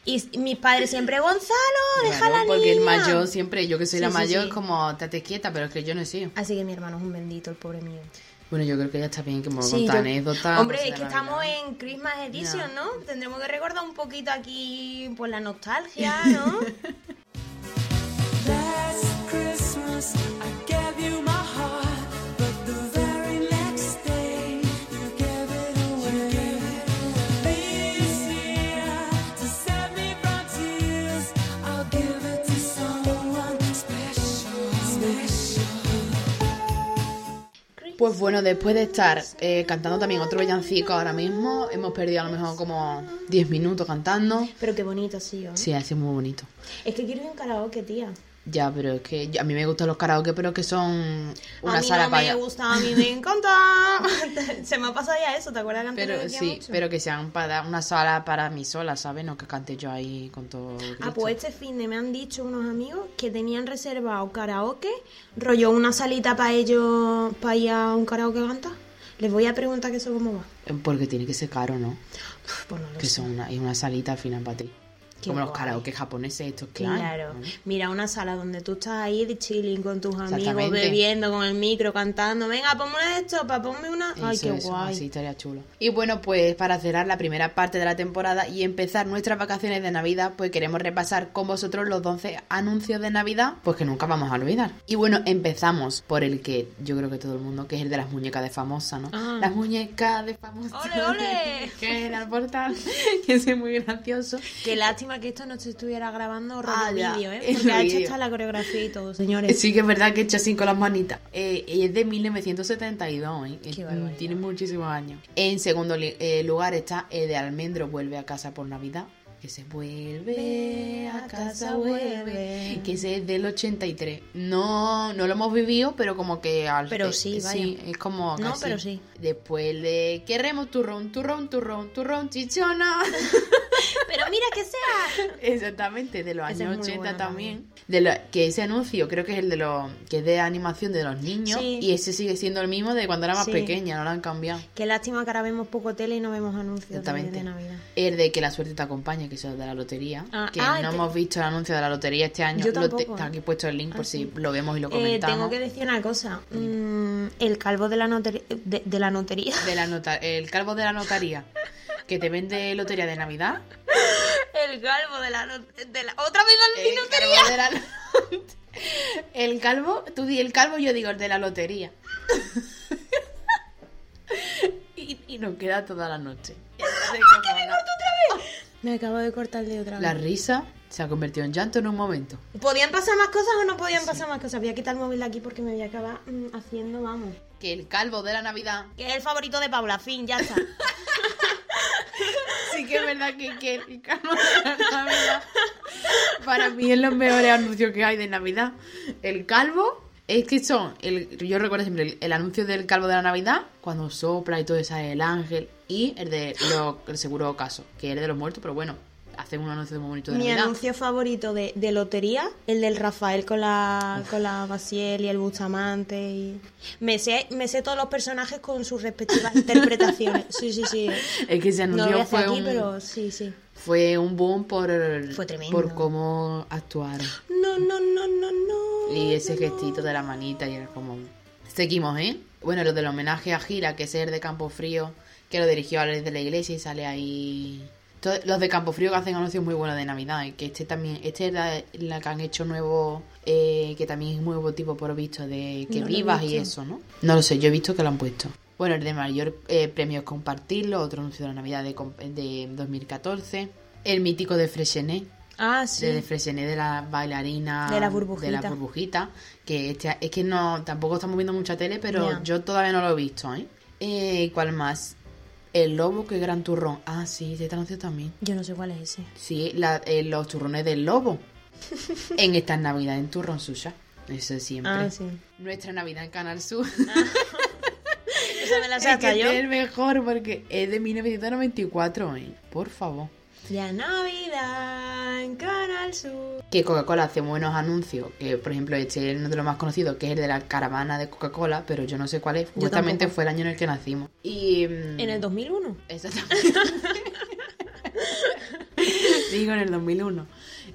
Speaker 2: Y s- mis padres siempre, Gonzalo, déjala
Speaker 1: Claro, porque el
Speaker 2: niña".
Speaker 1: mayor siempre, yo que soy
Speaker 2: Sí,
Speaker 1: la
Speaker 2: sí,
Speaker 1: mayor,
Speaker 2: sí.
Speaker 1: es como, estate quieta, pero es que yo no he sido.
Speaker 2: Así que mi hermano es un bendito, el pobre mío.
Speaker 1: Bueno, yo creo que ya está bien que hemos
Speaker 2: Sí,
Speaker 1: contado
Speaker 2: yo-
Speaker 1: anécdotas.
Speaker 2: Hombre,
Speaker 1: cosas
Speaker 2: es
Speaker 1: de
Speaker 2: que
Speaker 1: la
Speaker 2: estamos
Speaker 1: vida.
Speaker 2: en Christmas Edition,
Speaker 1: Ya.
Speaker 2: ¿no? Tendremos que recordar un poquito aquí pues
Speaker 1: [LAUGHS]
Speaker 2: la nostalgia, ¿no?
Speaker 3: Last Christmas I gave you my heart, but the very next day you gave it away. This year to save me from tears, I'll give it to someone special, special.
Speaker 1: Pues bueno, después de estar eh, cantando también otro villancico ahora mismo, hemos perdido a lo mejor como 10 minutos cantando.
Speaker 2: Pero qué bonito, sí, ¿eh?
Speaker 1: Sí, ha sido muy bonito.
Speaker 2: Es que quiero ir a un karaoke, tía.
Speaker 1: Ya, pero es que yo- a mí me gustan los karaoke, pero que son una
Speaker 2: a mí
Speaker 1: sala
Speaker 2: no
Speaker 1: para...
Speaker 2: me gusta,
Speaker 1: [LAUGHS]
Speaker 2: a mí me encanta. [LAUGHS] Se me ha pasado ya eso, ¿te acuerdas que antes lo
Speaker 1: Pero
Speaker 2: decía
Speaker 1: sí,
Speaker 2: mucho?
Speaker 1: pero que sean para una sala para mí sola, ¿sabes? No que cante yo ahí con todo...
Speaker 2: Ah,
Speaker 1: Cristo.
Speaker 2: pues este fin de me han dicho unos amigos que tenían reservado karaoke, rollo una salita para ellos, para ir a un karaoke a cantar. Les voy a preguntar que eso cómo va.
Speaker 1: Porque tiene que ser caro, ¿no?
Speaker 2: Uf, Pues no lo
Speaker 1: Que
Speaker 2: sé.
Speaker 1: son una, es una salita al final para ti.
Speaker 2: Qué
Speaker 1: Como los
Speaker 2: guay.
Speaker 1: karaoke japoneses estos que hay,
Speaker 2: Claro,
Speaker 1: ¿no?
Speaker 2: mira, una sala donde tú estás ahí de chilling con tus amigos,
Speaker 1: Exactamente.
Speaker 2: bebiendo con el micro, cantando. Venga, ponme una de estopa, ponme una. Ay,
Speaker 1: Eso,
Speaker 2: qué
Speaker 1: eso,
Speaker 2: guay.
Speaker 1: Así estaría chulo. Y bueno, pues para cerrar la primera parte de la temporada y empezar nuestras vacaciones de Navidad, pues queremos repasar con vosotros los 12 anuncios de Navidad, pues que nunca vamos a olvidar. Y bueno, empezamos por el que yo creo que todo el mundo, que es el de las muñecas de famosa, ¿no?
Speaker 2: Ah.
Speaker 1: Las muñecas de famosa.
Speaker 2: ¡Ole, ole!
Speaker 1: [LAUGHS] que era el portal, [LAUGHS] que ese es muy gracioso.
Speaker 2: Qué lástima que esto no se estuviera grabando rollo
Speaker 1: Ah, ya,
Speaker 2: vídeo, ¿eh?
Speaker 1: el
Speaker 2: Porque ha hecho
Speaker 1: vídeo.
Speaker 2: hasta la coreografía y todo, señores.
Speaker 1: Eh, Sí que es verdad que he hecho así con las manitas. Eh, y es de 1972, ¿eh?
Speaker 2: Qué
Speaker 1: Eh,
Speaker 2: barbaridad.
Speaker 1: Tiene muchísimos años. En segundo li- eh, lugar está el de Almendro vuelve a casa por Navidad. Que se vuelve a casa, vuelve. Que ese es del 83. No, no lo hemos vivido, pero como que... Al,
Speaker 2: Pero
Speaker 1: eh,
Speaker 2: sí, vaya.
Speaker 1: es como
Speaker 2: No,
Speaker 1: casi.
Speaker 2: pero sí.
Speaker 1: Después el de... Queremos turrón, turrón, turrón, turrón, chichona.
Speaker 2: Pero mira que sea.
Speaker 1: Exactamente, de los
Speaker 2: Ese es
Speaker 1: años
Speaker 2: muy
Speaker 1: 80
Speaker 2: bueno
Speaker 1: también. De la- que ese anuncio creo que es el de los que es de animación de los niños
Speaker 2: Sí.
Speaker 1: y ese sigue siendo el mismo de cuando era más
Speaker 2: Sí.
Speaker 1: pequeña, no lo han cambiado.
Speaker 2: Qué lástima que ahora vemos poco tele y no vemos anuncios de,
Speaker 1: Exactamente.
Speaker 2: de Navidad.
Speaker 1: El de que la suerte te acompaña, que eso es de la lotería.
Speaker 2: Ah,
Speaker 1: que
Speaker 2: ah,
Speaker 1: no
Speaker 2: te-
Speaker 1: hemos visto el anuncio de la lotería este año.
Speaker 2: Yo
Speaker 1: Lo te-
Speaker 2: tampoco.
Speaker 1: está aquí puesto el link por
Speaker 2: Ah,
Speaker 1: si
Speaker 2: sí.
Speaker 1: lo vemos y lo
Speaker 2: Eh,
Speaker 1: comentamos.
Speaker 2: tengo que decir una cosa. Mm, el calvo de la, noter- de, de la notería. [LAUGHS]
Speaker 1: de la nota, el calvo de la notaría que te vende lotería de Navidad.
Speaker 2: El calvo de la, not- de la... Otra vez la
Speaker 1: El calvo, de la- el calvo, tú di el calvo, yo digo el de la lotería. [LAUGHS] y, y nos queda toda la noche. [LAUGHS]
Speaker 2: Me acabo de cortar el dedo otra vez.
Speaker 1: La risa se ha convertido en llanto en un momento.
Speaker 2: ¿Podían pasar más cosas o no podían pasar más cosas? Voy a quitar el móvil de aquí porque me voy a acabar mm, haciendo, vamos.
Speaker 1: Que el calvo de la Navidad.
Speaker 2: Que es el favorito de Paula, fin, ya
Speaker 1: [LAUGHS]
Speaker 2: está.
Speaker 1: Sí que es verdad que, que el calvo de la Navidad. Para mí es los mejores anuncios que hay de Navidad. El calvo. Es que son, el, yo recuerdo siempre el, el anuncio del calvo de la Navidad, cuando sopla y todo eso, el ángel, y el de lo, el seguro ocaso, que es de los muertos, pero bueno, hacen un anuncio muy bonito de
Speaker 2: Mi
Speaker 1: Navidad.
Speaker 2: anuncio favorito de, de lotería, el del Rafael con la, con la Basiel y el Bustamante. Y... Me, sé, me sé todos los personajes con
Speaker 1: [LAUGHS]
Speaker 2: sus respectivas interpretaciones. Sí, sí, sí.
Speaker 1: Es que ese
Speaker 2: No lo
Speaker 1: anuncio
Speaker 2: voy a hacer
Speaker 1: fue,
Speaker 2: aquí,
Speaker 1: un,
Speaker 2: pero sí, sí.
Speaker 1: fue un boom por,
Speaker 2: Fue tremendo.
Speaker 1: por cómo actuaron.
Speaker 2: No, no, no, no, no.
Speaker 1: Y ese
Speaker 2: no,
Speaker 1: gestito de la manita y era como... Seguimos, ¿eh? Bueno, lo del homenaje a Gira, que es el de Campo Frío, que lo dirigió a de la iglesia y sale ahí... To- Los de Campo Frío que hacen anuncios muy buenos de Navidad, y que este también, este es la, la que han hecho nuevo, eh, que también es nuevo tipo por visto, de que
Speaker 2: No lo he
Speaker 1: vivas y
Speaker 2: visto.
Speaker 1: eso, ¿no? No lo sé, yo he visto que lo han puesto. Bueno, el de mayor eh, premio es compartirlo, otro anuncio de la Navidad de, comp- de 2014, el mítico de Freshenet,
Speaker 2: no. Ah, sí.
Speaker 1: de Freshenet de la bailarina
Speaker 2: De la burbujita.
Speaker 1: de la burbujita, que este- es que no tampoco estamos viendo mucha tele pero
Speaker 2: Ya.
Speaker 1: yo todavía no lo he visto ¿eh? Eh, cuál más el lobo que gran turrón ah sí se anuncio también
Speaker 2: Yo no sé cuál es ese.
Speaker 1: sí la- eh, los turrones del
Speaker 2: [LAUGHS]
Speaker 1: lobo en estas navidades en turrón suya eso siempre
Speaker 2: Ah, sí.
Speaker 1: nuestra navidad en Canal Sur
Speaker 2: Esa me la
Speaker 1: [LAUGHS]
Speaker 2: sé
Speaker 1: es
Speaker 2: hasta
Speaker 1: que este
Speaker 2: yo.
Speaker 1: es el mejor porque es de 1994 ¿eh? por favor
Speaker 2: Ya Navidad en Canal Sur.
Speaker 1: que Coca-Cola hace buenos anuncios, que por ejemplo este es uno de los más conocidos, que es el de la caravana de Coca-Cola, pero yo no sé cuál es,
Speaker 2: Yo
Speaker 1: justamente
Speaker 2: tampoco.
Speaker 1: fue el año en el que nacimos. Y... mm,
Speaker 2: En el 2001. [LAUGHS]
Speaker 1: Exactamente. Digo, en el 2001.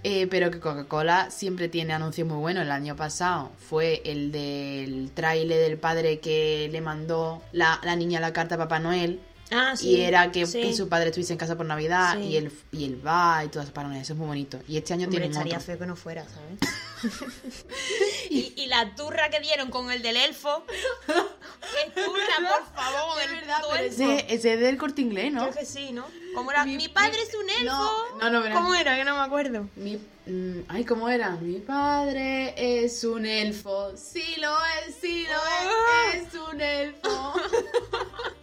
Speaker 1: Eh, pero que Coca-Cola siempre tiene anuncios muy buenos. El año pasado fue el del tráiler del padre que le mandó la, la niña la carta a Papá Noel.
Speaker 2: Ah, sí.
Speaker 1: y era que,
Speaker 2: sí.
Speaker 1: que su padre estuviese en casa por Navidad
Speaker 2: Sí.
Speaker 1: y el y el va y todas esas paranoias. Eso es muy bonito. Y este año
Speaker 2: Hombre,
Speaker 1: tienen
Speaker 2: estaría
Speaker 1: otro.
Speaker 2: feo que no fuera, ¿sabes? [LAUGHS] y, y la turra que dieron con el del [LAUGHS] elfo. ¡Qué turra, por favor!
Speaker 1: Es
Speaker 2: el
Speaker 1: verdad,
Speaker 2: puto
Speaker 1: pero
Speaker 2: elfo.
Speaker 1: ese, ese es del corte inglés, ¿no?
Speaker 2: Creo que sí, ¿no? ¿Cómo era? Mi,
Speaker 1: Mi-
Speaker 2: padre
Speaker 1: mi-
Speaker 2: es un elfo.
Speaker 1: no, no, no, verás.
Speaker 2: ¿Cómo era? Que no me acuerdo.
Speaker 1: Mi, mm, ay, ¿cómo era? Mi padre es un elfo. Sí lo es, sí lo es, es un elfo. [LAUGHS]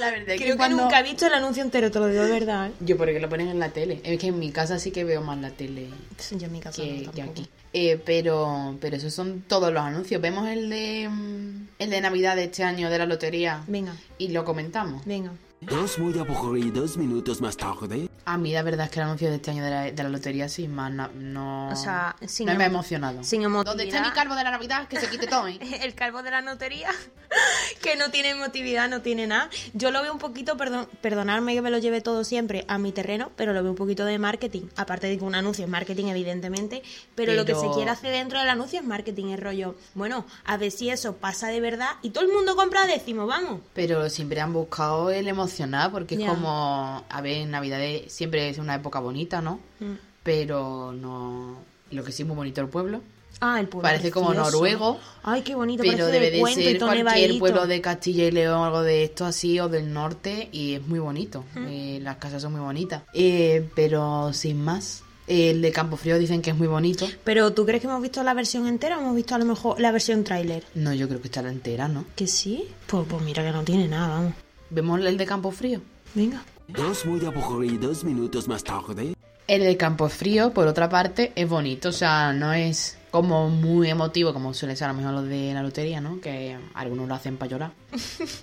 Speaker 1: La verdad es
Speaker 2: Creo que
Speaker 1: cuando-
Speaker 2: nunca he visto el anuncio entero, te lo digo de verdad. ¿eh?
Speaker 1: Yo porque lo ponen en la tele. Es que en mi casa sí que veo más la tele
Speaker 2: Pues Yo en mi casa
Speaker 1: que,
Speaker 2: no,
Speaker 1: que
Speaker 2: tampoco.
Speaker 1: aquí. Eh, pero, pero esos son todos los anuncios. Vemos el de mm, el de Navidad de este año de la lotería
Speaker 2: Venga,
Speaker 1: y lo comentamos.
Speaker 2: venga.
Speaker 4: Dos muy aburridos minutos más tarde.
Speaker 1: A mí la verdad es que el anuncio de este año de la, de la lotería sí más na- no,
Speaker 2: O sea, sin
Speaker 1: no me ha
Speaker 2: emo-
Speaker 1: emocionado.
Speaker 2: sin
Speaker 1: ¿Dónde está mi
Speaker 2: emotividad.
Speaker 1: calvo de la Navidad? Que se quite todo,
Speaker 2: [LAUGHS]
Speaker 1: ¿eh?
Speaker 2: el calvo de la notería, [LAUGHS] que no tiene emotividad, no tiene nada. Yo lo veo un poquito, perdón, perdonadme que me lo lleve todo siempre a mi terreno, pero lo veo un poquito de marketing. Aparte de que un anuncio es marketing, evidentemente, pero, lo que se
Speaker 1: Pero-
Speaker 2: quiere hacer dentro del anuncio es marketing, es rollo. Bueno, a ver si eso pasa de verdad y todo el mundo compra décimo, vamos.
Speaker 1: Pero siempre han buscado el emocionar, porque
Speaker 2: Ya.
Speaker 1: es como, a ver, Navidad siempre es una época bonita, ¿no?
Speaker 2: Mm.
Speaker 1: Pero no... Lo que sí es muy bonito el pueblo,
Speaker 2: Ah, el pueblo.
Speaker 1: Parece como
Speaker 2: precioso.
Speaker 1: noruego,
Speaker 2: Ay, qué bonito,
Speaker 1: pero
Speaker 2: parece
Speaker 1: debe
Speaker 2: de
Speaker 1: de
Speaker 2: cuento y
Speaker 1: ser
Speaker 2: todo
Speaker 1: cualquier
Speaker 2: nevadito.
Speaker 1: pueblo de Castilla y León, algo de esto así, o del norte, y es muy bonito. Eh, las casas son muy bonitas. Eh, pero sin más, el de Campo Frío dicen que es muy bonito.
Speaker 2: Pero ¿tú crees que hemos visto la versión entera o hemos visto a lo mejor la versión tráiler?
Speaker 1: No, yo creo que está la entera, ¿no?
Speaker 2: Que sí. Pues, pues mira que no tiene nada, vamos.
Speaker 1: Vemos el de Campo Frío.
Speaker 2: Venga.
Speaker 4: Dos muy aburridos minutos más tarde.
Speaker 1: El de Campo Frío, por otra parte, es bonito, o sea, no es como muy emotivo, como suele ser a lo mejor los de la lotería, ¿no? Que algunos lo hacen para
Speaker 2: [LAUGHS]
Speaker 1: llorar.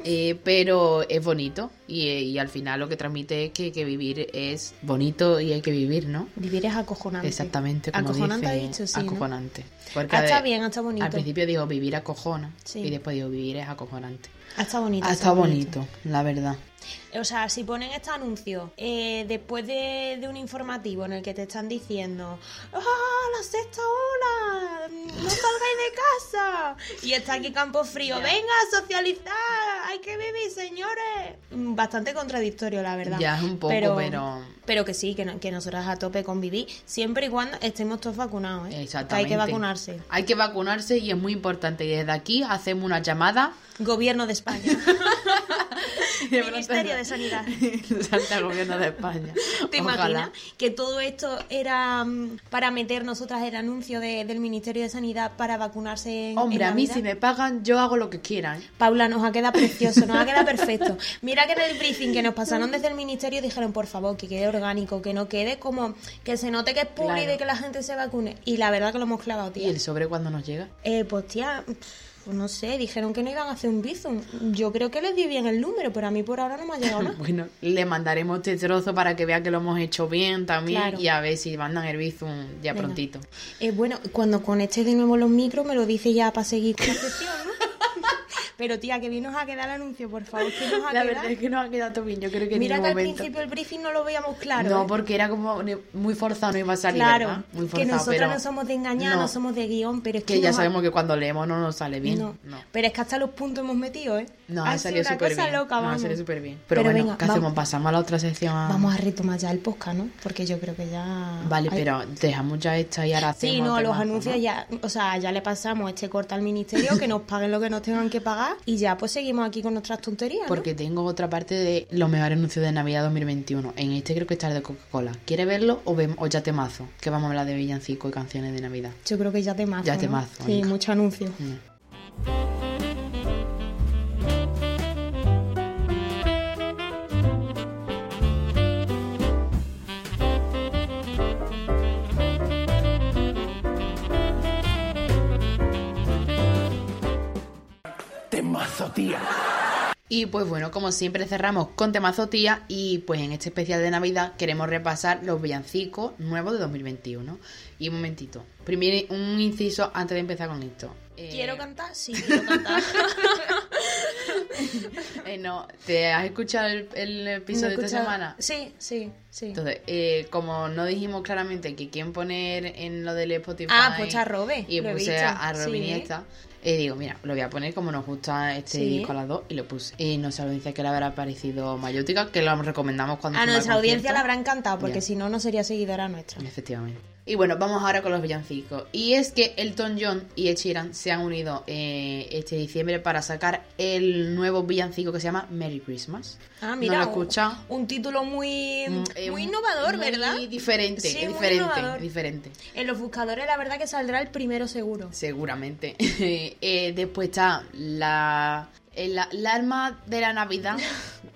Speaker 1: Eh, pero es bonito y, eh, y al final lo que transmite es que, que vivir es bonito y hay que vivir, ¿no?
Speaker 2: Vivir es acojonante.
Speaker 1: Exactamente como
Speaker 2: acojonante
Speaker 1: dice,
Speaker 2: ha dicho, sí. ¿no?
Speaker 1: acojonante. Porque
Speaker 2: Ah, está
Speaker 1: de-
Speaker 2: bien, ah, está bonito.
Speaker 1: Al principio dijo vivir acojona
Speaker 2: Sí.
Speaker 1: y después dijo vivir es acojonante.
Speaker 2: Ah, está bonito.
Speaker 1: Ha estado bonito, la verdad.
Speaker 2: O sea, si ponen este anuncio eh, después de, de un informativo en el que te están diciendo ¡Ah, la sexta ola! ¡No salgáis de casa! Y está aquí Campo Frío. ¡Venga a socializar! ¡Hay que vivir, señores! Mm, Bastante contradictorio, la verdad.
Speaker 1: Ya, es un poco, pero-
Speaker 2: pero que sí, que, no- que nosotras a tope convivir siempre y cuando estemos todos vacunados, ¿eh? Que hay
Speaker 1: Exactamente.
Speaker 2: que vacunarse.
Speaker 1: Hay que vacunarse y es muy importante. Y desde aquí hacemos una llamada.
Speaker 2: Gobierno de España. Ministerio [LAUGHS] de Sanidad.
Speaker 1: [LAUGHS] Salta gobierno de España.
Speaker 2: [LAUGHS] ¿Te imaginas que todo esto era mm, para meter nosotras el anuncio de- del Ministerio de Sanidad para vacunarse en
Speaker 1: Hombre,
Speaker 2: en
Speaker 1: a mí
Speaker 2: Navidad?
Speaker 1: si me pagan, yo hago lo que quiera. ¿eh?
Speaker 2: Paula, nos ha quedado precioso, nos
Speaker 1: [LAUGHS]
Speaker 2: ha quedado perfecto. Mira que en el briefing que nos pasaron desde el ministerio dijeron, por favor, que quede orgánico, que no quede como que se note que es público y
Speaker 1: Claro.
Speaker 2: de que la gente se vacune. Y la verdad que lo hemos clavado,
Speaker 1: ¿Y
Speaker 2: tía.
Speaker 1: el sobre cuando nos llega?
Speaker 2: Eh, pues tía, pf, no sé, dijeron que no iban a hacer un bizum. Yo creo que les di bien el número, pero a mí por ahora no me ha llegado
Speaker 1: [LAUGHS]
Speaker 2: nada.
Speaker 1: Bueno, le mandaremos este trozo para que vea que lo hemos hecho bien también
Speaker 2: Claro.
Speaker 1: y a ver si mandan el bizum ya
Speaker 2: Venga.
Speaker 1: prontito.
Speaker 2: Eh, bueno, cuando conectes de nuevo los micros me lo dice ya para seguir con la sesión,
Speaker 1: [LAUGHS]
Speaker 2: ¿no? Pero tía, que bien nos ha quedado el anuncio, por favor, que nos ha
Speaker 1: La
Speaker 2: quedado.
Speaker 1: verdad es que nos ha quedado todo bien. Yo creo que en
Speaker 2: Mira que
Speaker 1: ningún
Speaker 2: al
Speaker 1: momento.
Speaker 2: principio el briefing no lo veíamos claro. ¿eh?
Speaker 1: No, porque era como muy forzado, no iba a salir.
Speaker 2: claro,
Speaker 1: ¿verdad? Muy
Speaker 2: que
Speaker 1: forzado,
Speaker 2: nosotros
Speaker 1: pero
Speaker 2: no somos de engañar, no.
Speaker 1: no.
Speaker 2: somos de guión, pero es que,
Speaker 1: Que ya
Speaker 2: nos ha-
Speaker 1: sabemos que cuando leemos no nos sale bien.
Speaker 2: No.
Speaker 1: no.
Speaker 2: Pero es que hasta los puntos hemos metido, ¿eh?
Speaker 1: No,
Speaker 2: ha
Speaker 1: ha
Speaker 2: sido
Speaker 1: salido
Speaker 2: una
Speaker 1: súper
Speaker 2: cosa
Speaker 1: bien.
Speaker 2: loca,
Speaker 1: no, ha
Speaker 2: vamos.
Speaker 1: salido súper bien. Pero, bueno,
Speaker 2: venga,
Speaker 1: ¿qué
Speaker 2: va-
Speaker 1: hacemos? Pasamos a la otra sección.
Speaker 2: Vamos a retomar ya el podcast, ¿no? Porque yo creo que ya...
Speaker 1: Vale,
Speaker 2: Ay,
Speaker 1: pero dejamos ya esta y ahora hacemos.
Speaker 2: Sí, no,
Speaker 1: otra
Speaker 2: los
Speaker 1: más, ¿no?
Speaker 2: anuncios ya, o sea, ya le pasamos este corte al ministerio, que nos paguen lo que nos tengan que pagar y ya pues seguimos aquí con nuestras tonterías. ¿no?
Speaker 1: Porque tengo otra parte de los mejores anuncios de Navidad 2021. En este creo que está el de Coca-Cola. ¿Quieres verlo o, vemos, o ya te mazo? Que vamos a hablar de villancico y canciones de Navidad.
Speaker 2: Yo creo que ya te mazo.
Speaker 1: Ya te
Speaker 2: ¿no?
Speaker 1: mazo,
Speaker 2: Sí,
Speaker 1: venga.
Speaker 2: mucho anuncio.
Speaker 1: Mm.
Speaker 4: Temazo, tía.
Speaker 1: Y pues bueno, como siempre cerramos con temazo tía y pues en este especial de Navidad queremos repasar los villancicos nuevos de 2021. Y un momentito, primero un [LAUGHS] inciso antes de empezar con esto. Eh,
Speaker 2: [LAUGHS] ¿Quiero cantar? Sí, quiero cantar.
Speaker 1: Eh, no, ¿te has escuchado el, el episodio de esta
Speaker 2: Escucha-
Speaker 1: semana?
Speaker 2: Sí, sí, sí.
Speaker 1: Entonces, eh, como no dijimos claramente que quién poner en lo del Spotify.
Speaker 2: Ah, pues a Robe,
Speaker 1: Y
Speaker 2: lo he
Speaker 1: puse
Speaker 2: visto,
Speaker 1: a, a Robe
Speaker 2: sí.
Speaker 1: Iniesta, eh, digo, mira, lo voy a poner como nos gusta este
Speaker 2: Sí.
Speaker 1: disco a las dos y lo puse. Y nuestra audiencia que le habrá parecido mayótica, que lo recomendamos cuando
Speaker 2: a
Speaker 1: fuimos al
Speaker 2: nuestra audiencia
Speaker 1: concierto.
Speaker 2: le habrá encantado, porque
Speaker 1: Ya.
Speaker 2: si no, no sería seguidora nuestra.
Speaker 1: Efectivamente. Y bueno, vamos ahora con los villancicos. Y es que Elton John y Ed Sheeran se han unido eh, este diciembre para sacar el nuevo villancico que se llama Merry Christmas.
Speaker 2: Ah, mira.
Speaker 1: ¿No lo
Speaker 2: un-
Speaker 1: escucha?
Speaker 2: Un, título muy,
Speaker 1: Mm, eh,
Speaker 2: muy innovador,
Speaker 1: muy
Speaker 2: ¿verdad?
Speaker 1: diferente,
Speaker 2: Sí, muy
Speaker 1: diferente,
Speaker 2: innovador.
Speaker 1: diferente.
Speaker 2: En los buscadores, la verdad que saldrá el primero seguro.
Speaker 1: Seguramente. [LAUGHS] Eh, después está la, eh, la, la alma de la Navidad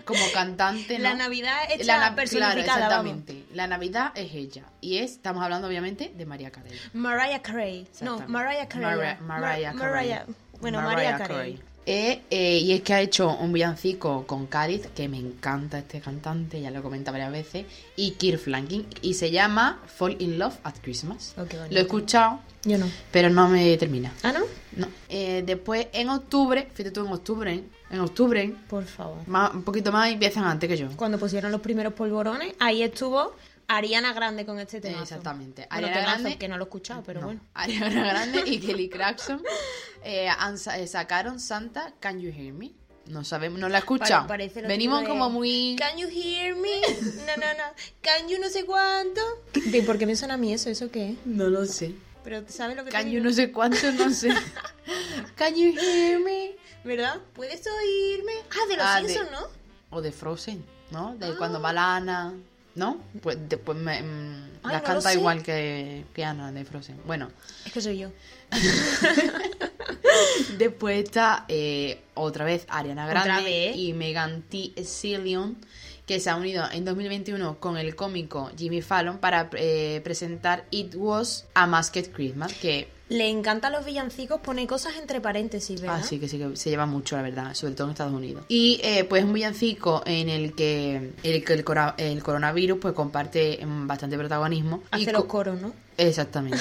Speaker 1: como cantante. ¿no?
Speaker 2: [LAUGHS] La Navidad hecha
Speaker 1: na-
Speaker 2: personificada,
Speaker 1: Claro,
Speaker 2: vamos.
Speaker 1: exactamente. La Navidad es ella. Y es, estamos hablando obviamente de María Carey.
Speaker 2: Mariah Carey. No,
Speaker 1: Exactamente.
Speaker 2: Mariah Carey.
Speaker 1: Mara- Mariah
Speaker 2: Mar-
Speaker 1: Carey.
Speaker 2: Mariah- Bueno,
Speaker 1: Mariah
Speaker 2: Mariah Carey.
Speaker 1: Eh, eh, y es que ha hecho un villancico con Cádiz, que me encanta este cantante, ya lo he comentado varias veces, y Kirk Flanking, y se llama Fall in Love at Christmas.
Speaker 2: Oh, qué bonito.
Speaker 1: lo he escuchado,
Speaker 2: Yo no.
Speaker 1: pero no me termina.
Speaker 2: ¿Ah, no?
Speaker 1: No. Eh, después, en octubre, fíjate tú, en octubre, ¿eh? en octubre,
Speaker 2: Por favor.
Speaker 1: más- un poquito más empiezan antes que yo.
Speaker 2: Cuando pusieron los primeros polvorones, ahí estuvo Ariana Grande con este tema.
Speaker 1: Exactamente.
Speaker 2: Ariana
Speaker 1: Ariana Grande-
Speaker 2: Grande. que no lo he escuchado, pero
Speaker 1: No.
Speaker 2: bueno.
Speaker 1: [LAUGHS] Ariana Grande y Kelly [LAUGHS] Clarkson eh, han sa- eh, sacaron Santa Can You Hear Me. No sabemos, no la escuchamos.
Speaker 2: Pa- parece lo
Speaker 1: Venimos
Speaker 2: típico de,
Speaker 1: como muy.
Speaker 2: Can you hear me? No, no, no. Can you no sé cuánto? ¿Y por qué me suena a mí eso? ¿Eso qué es?
Speaker 1: No lo sé.
Speaker 2: Pero ¿sabes lo que te
Speaker 1: Can you
Speaker 2: digo?
Speaker 1: no sé cuánto, no [LAUGHS] sé. Can you hear me?
Speaker 2: ¿Verdad? ¿Puedes oírme? Ah, de los
Speaker 1: Ah, de-
Speaker 2: Simpsons, ¿no?
Speaker 1: O de Frozen, ¿no? De cuando va la Ana, ¿no? Pues después me, mm, la
Speaker 2: Ay, no lo
Speaker 1: canta
Speaker 2: sé.
Speaker 1: igual que, que Ana de Frozen. Bueno,
Speaker 2: Es que soy yo.
Speaker 1: Después está eh, otra vez Ariana
Speaker 2: Otra
Speaker 1: Grande
Speaker 2: vez.
Speaker 1: y Megan Thee Stallion, que se ha unido en 2021 con el cómico Jimmy Fallon para eh, presentar It Was a Masked Christmas, que
Speaker 2: Le encantan los villancicos, pone cosas entre paréntesis, ¿verdad?
Speaker 1: así que ah, sí que se lleva mucho, la verdad, sobre todo en Estados Unidos. Y eh, pues es un villancico en el que el, que el cora- el coronavirus pues comparte mm, bastante protagonismo. y
Speaker 2: Hace los
Speaker 1: co-
Speaker 2: coros, ¿no?
Speaker 1: Exactamente.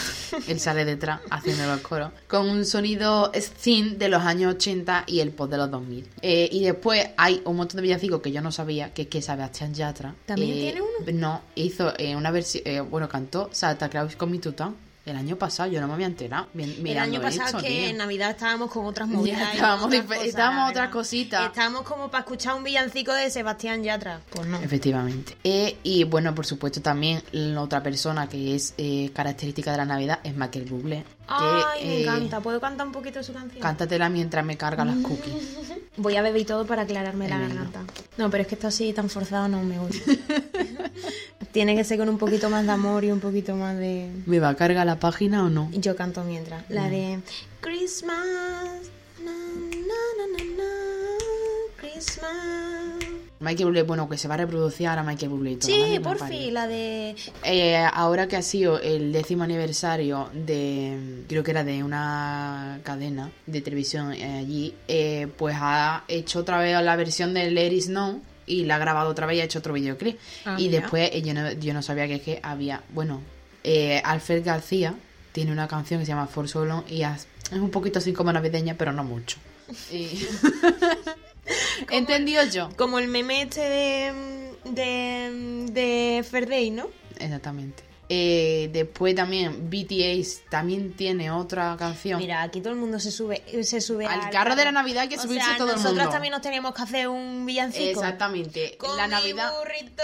Speaker 1: Él sale detrás haciendo los coros. Con un sonido synth de los años 80 y el pop de los 2000. Eh, y después hay un montón de villancicos que yo no sabía, que es que Sebastián Yatra. eh,
Speaker 2: ¿También tiene uno?
Speaker 1: No, hizo eh, una versión. bueno, cantó Santa Claus con mi tuta. El año pasado yo no me había enterado. mi-
Speaker 2: El
Speaker 1: mirando
Speaker 2: año pasado
Speaker 1: esto,
Speaker 2: que
Speaker 1: tío.
Speaker 2: en Navidad estábamos con otras
Speaker 1: [LAUGHS] Ya,
Speaker 2: movidas. y
Speaker 1: estábamos
Speaker 2: otras
Speaker 1: dife-
Speaker 2: cosas,
Speaker 1: estábamos
Speaker 2: la
Speaker 1: otras
Speaker 2: verdad.
Speaker 1: cositas.
Speaker 2: Estábamos como para escuchar un villancico de Sebastián Yatra. Pues no.
Speaker 1: Efectivamente. Eh, y bueno, por supuesto, también la otra persona que es eh, característica de la Navidad es Michael Bublé. que,
Speaker 2: Ay, me
Speaker 1: eh,
Speaker 2: encanta. ¿Puedo cantar un poquito su canción?
Speaker 1: Cántatela mientras me carga las cookies.
Speaker 2: Voy a beber y todo para aclararme la
Speaker 1: Eh,
Speaker 2: garganta. No, pero es que esto así tan forzado no me
Speaker 1: [LAUGHS]
Speaker 2: gusta. Tiene que ser con un poquito más de amor y un poquito más de...
Speaker 1: ¿Me va a cargar la página o no?
Speaker 2: Y Yo canto mientras. La de Christmas. na, na, na, na, na, Christmas.
Speaker 1: Michael Bublé, bueno, que se va a reproducir ahora Michael Bublé. y toda la
Speaker 2: Sí,
Speaker 1: misma
Speaker 2: por
Speaker 1: pared.
Speaker 2: fin, la de...
Speaker 1: Eh, ahora que ha sido el décimo aniversario de, creo que era de una cadena de televisión eh, allí, eh, pues ha hecho otra vez la versión de Let It Snow y la ha grabado otra vez y ha hecho otro videoclip.
Speaker 2: Ah,
Speaker 1: y
Speaker 2: mira.
Speaker 1: después eh, yo, no, yo no sabía que es que había, bueno, eh, Alfred García tiene una canción que se llama For So Long y has- es un poquito así como navideña, pero no
Speaker 2: [LAUGHS]
Speaker 1: mucho. Y- [LAUGHS] ¿Entendido yo?
Speaker 2: Como el meme este de... De... De Ferday, ¿no?
Speaker 1: Exactamente. Eh, después también BTS también tiene otra canción.
Speaker 2: Mira, aquí todo el mundo se sube, se sube
Speaker 1: Al carro de la Navidad hay que
Speaker 2: O
Speaker 1: subirse
Speaker 2: sea,
Speaker 1: todo el
Speaker 2: Nosotros
Speaker 1: mundo.
Speaker 2: también nos teníamos que hacer un villancico.
Speaker 1: Exactamente.
Speaker 2: Con
Speaker 1: la
Speaker 2: mi
Speaker 1: Navidad.
Speaker 2: burrito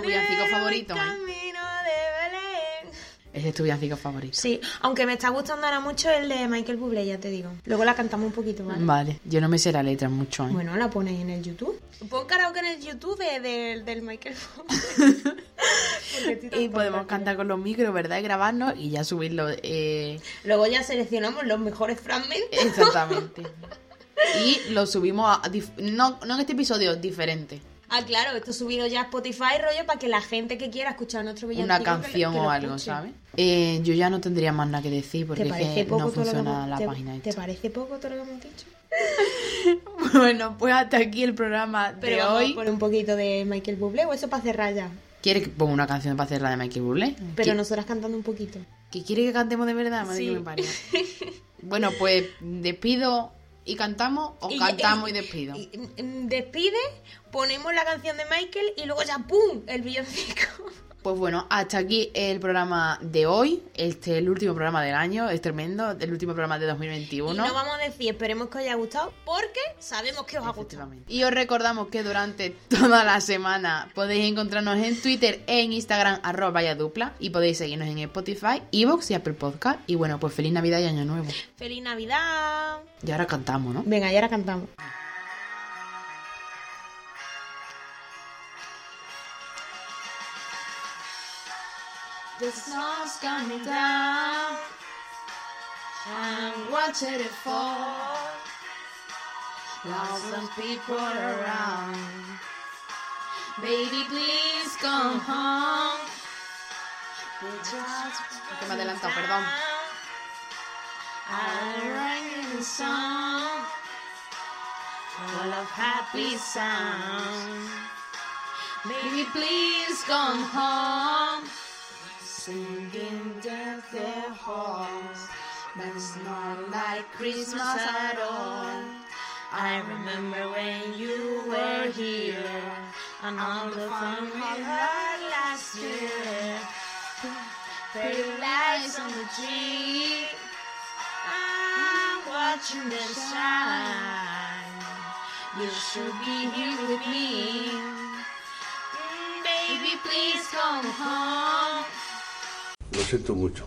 Speaker 1: Tu villancico favorito,
Speaker 2: y
Speaker 1: ¿eh?
Speaker 2: camino de Belén.
Speaker 1: Ese es tu villancico favorito.
Speaker 2: Sí, aunque me está gustando ahora mucho el de Michael Bublé, ya te digo. Luego la cantamos un poquito, ¿vale?
Speaker 1: Vale, yo no me sé la letra mucho. ¿eh?
Speaker 2: Bueno, la ponéis en el YouTube. Pon karaoke en el YouTube de, de- del Michael
Speaker 1: [LAUGHS]
Speaker 2: Bublé. Porque estoy tan
Speaker 1: y podemos
Speaker 2: tonta.
Speaker 1: cantar con los micros, ¿verdad? Y grabarnos y ya subirlo.
Speaker 2: [LAUGHS]
Speaker 1: eh,
Speaker 2: Luego ya seleccionamos los mejores fragmentos.
Speaker 1: Exactamente. y lo subimos a. dif- No, no en este episodio, diferente.
Speaker 2: Ah, claro, esto subido ya a Spotify, rollo, para que la gente que quiera escuchar nuestro villancico...
Speaker 1: Una
Speaker 2: que lo-
Speaker 1: canción
Speaker 2: que lo
Speaker 1: o algo,
Speaker 2: escuche.
Speaker 1: ¿sabes? Eh, yo ya no tendría más nada que decir porque
Speaker 2: ¿Te
Speaker 1: es
Speaker 2: parece
Speaker 1: que
Speaker 2: poco
Speaker 1: no
Speaker 2: todo lo que
Speaker 1: funciona
Speaker 2: hemos-
Speaker 1: la
Speaker 2: te-
Speaker 1: página.
Speaker 2: ¿Te
Speaker 1: esta.
Speaker 2: parece poco todo lo que hemos dicho?
Speaker 1: [LAUGHS] Bueno, pues hasta aquí el programa de
Speaker 2: Pero vamos
Speaker 1: hoy.
Speaker 2: a poner un poquito de Michael Bublé o eso para cerrar ya.
Speaker 1: ¿Quiere que ponga una canción para hacer la de Michael Bublé?
Speaker 2: Pero
Speaker 1: ¿Que,
Speaker 2: nosotras cantando un poquito. [LAUGHS]
Speaker 1: que quiere que cantemos de verdad? Madre
Speaker 2: Sí.
Speaker 1: que me parió. bueno, pues despido y cantamos o
Speaker 2: Y-
Speaker 1: cantamos
Speaker 2: y-
Speaker 1: y despido.
Speaker 2: y- y- despide, ponemos la canción de Michael y luego ya ¡pum! el villancico.
Speaker 1: Pues bueno, hasta aquí el programa de hoy. Este el último programa del año, es tremendo, el último programa de 2021.
Speaker 2: Y no vamos a decir, esperemos que os haya gustado, porque sabemos que os ha gustado.
Speaker 1: Efectivamente. Y os recordamos que durante toda la semana podéis encontrarnos en Twitter, en Instagram, arroba vaya dupla, y podéis seguirnos en Spotify, Evox y Apple Podcast. Y bueno, pues feliz Navidad y Año Nuevo.
Speaker 2: ¡Feliz Navidad!
Speaker 1: Y ahora cantamos, ¿no?
Speaker 2: Venga, y ahora cantamos.
Speaker 1: The snow's coming down. I'm watching it fall. Lots of people around. Baby, please come home. Que me adelanto, perdón. I'm writing a song full of happy sounds. Baby, please come home. Singing at their halls, but it's not like Christmas at all. I remember when you were here and all the fun we had last year. Pretty lights on the tree, I'm watching them shine. You should be here with me. Baby, please come home.
Speaker 5: Lo siento mucho.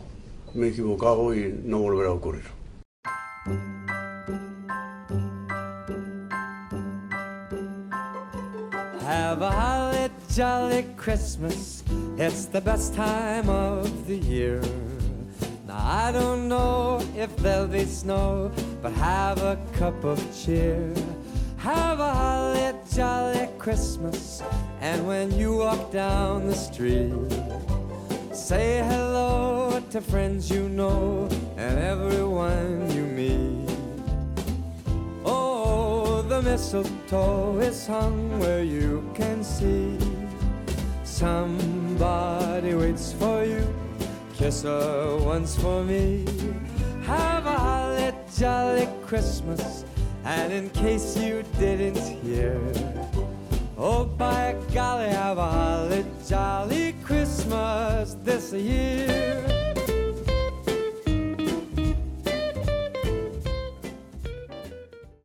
Speaker 5: Me he equivocado y no volverá a ocurrir.
Speaker 6: Have a holly jolly Christmas. It's the best time of the year. Now I don't know if there'll be snow, but have a cup of cheer. Have a holly jolly Christmas. And when you walk down the street, Say hello to friends you know and everyone you meet. Oh, the mistletoe is hung where you can see. Somebody waits for you. Kiss her once for me. Have a holly jolly Christmas. And in case you didn't hear, Oh, by golly, have a holly jolly Christmas this year.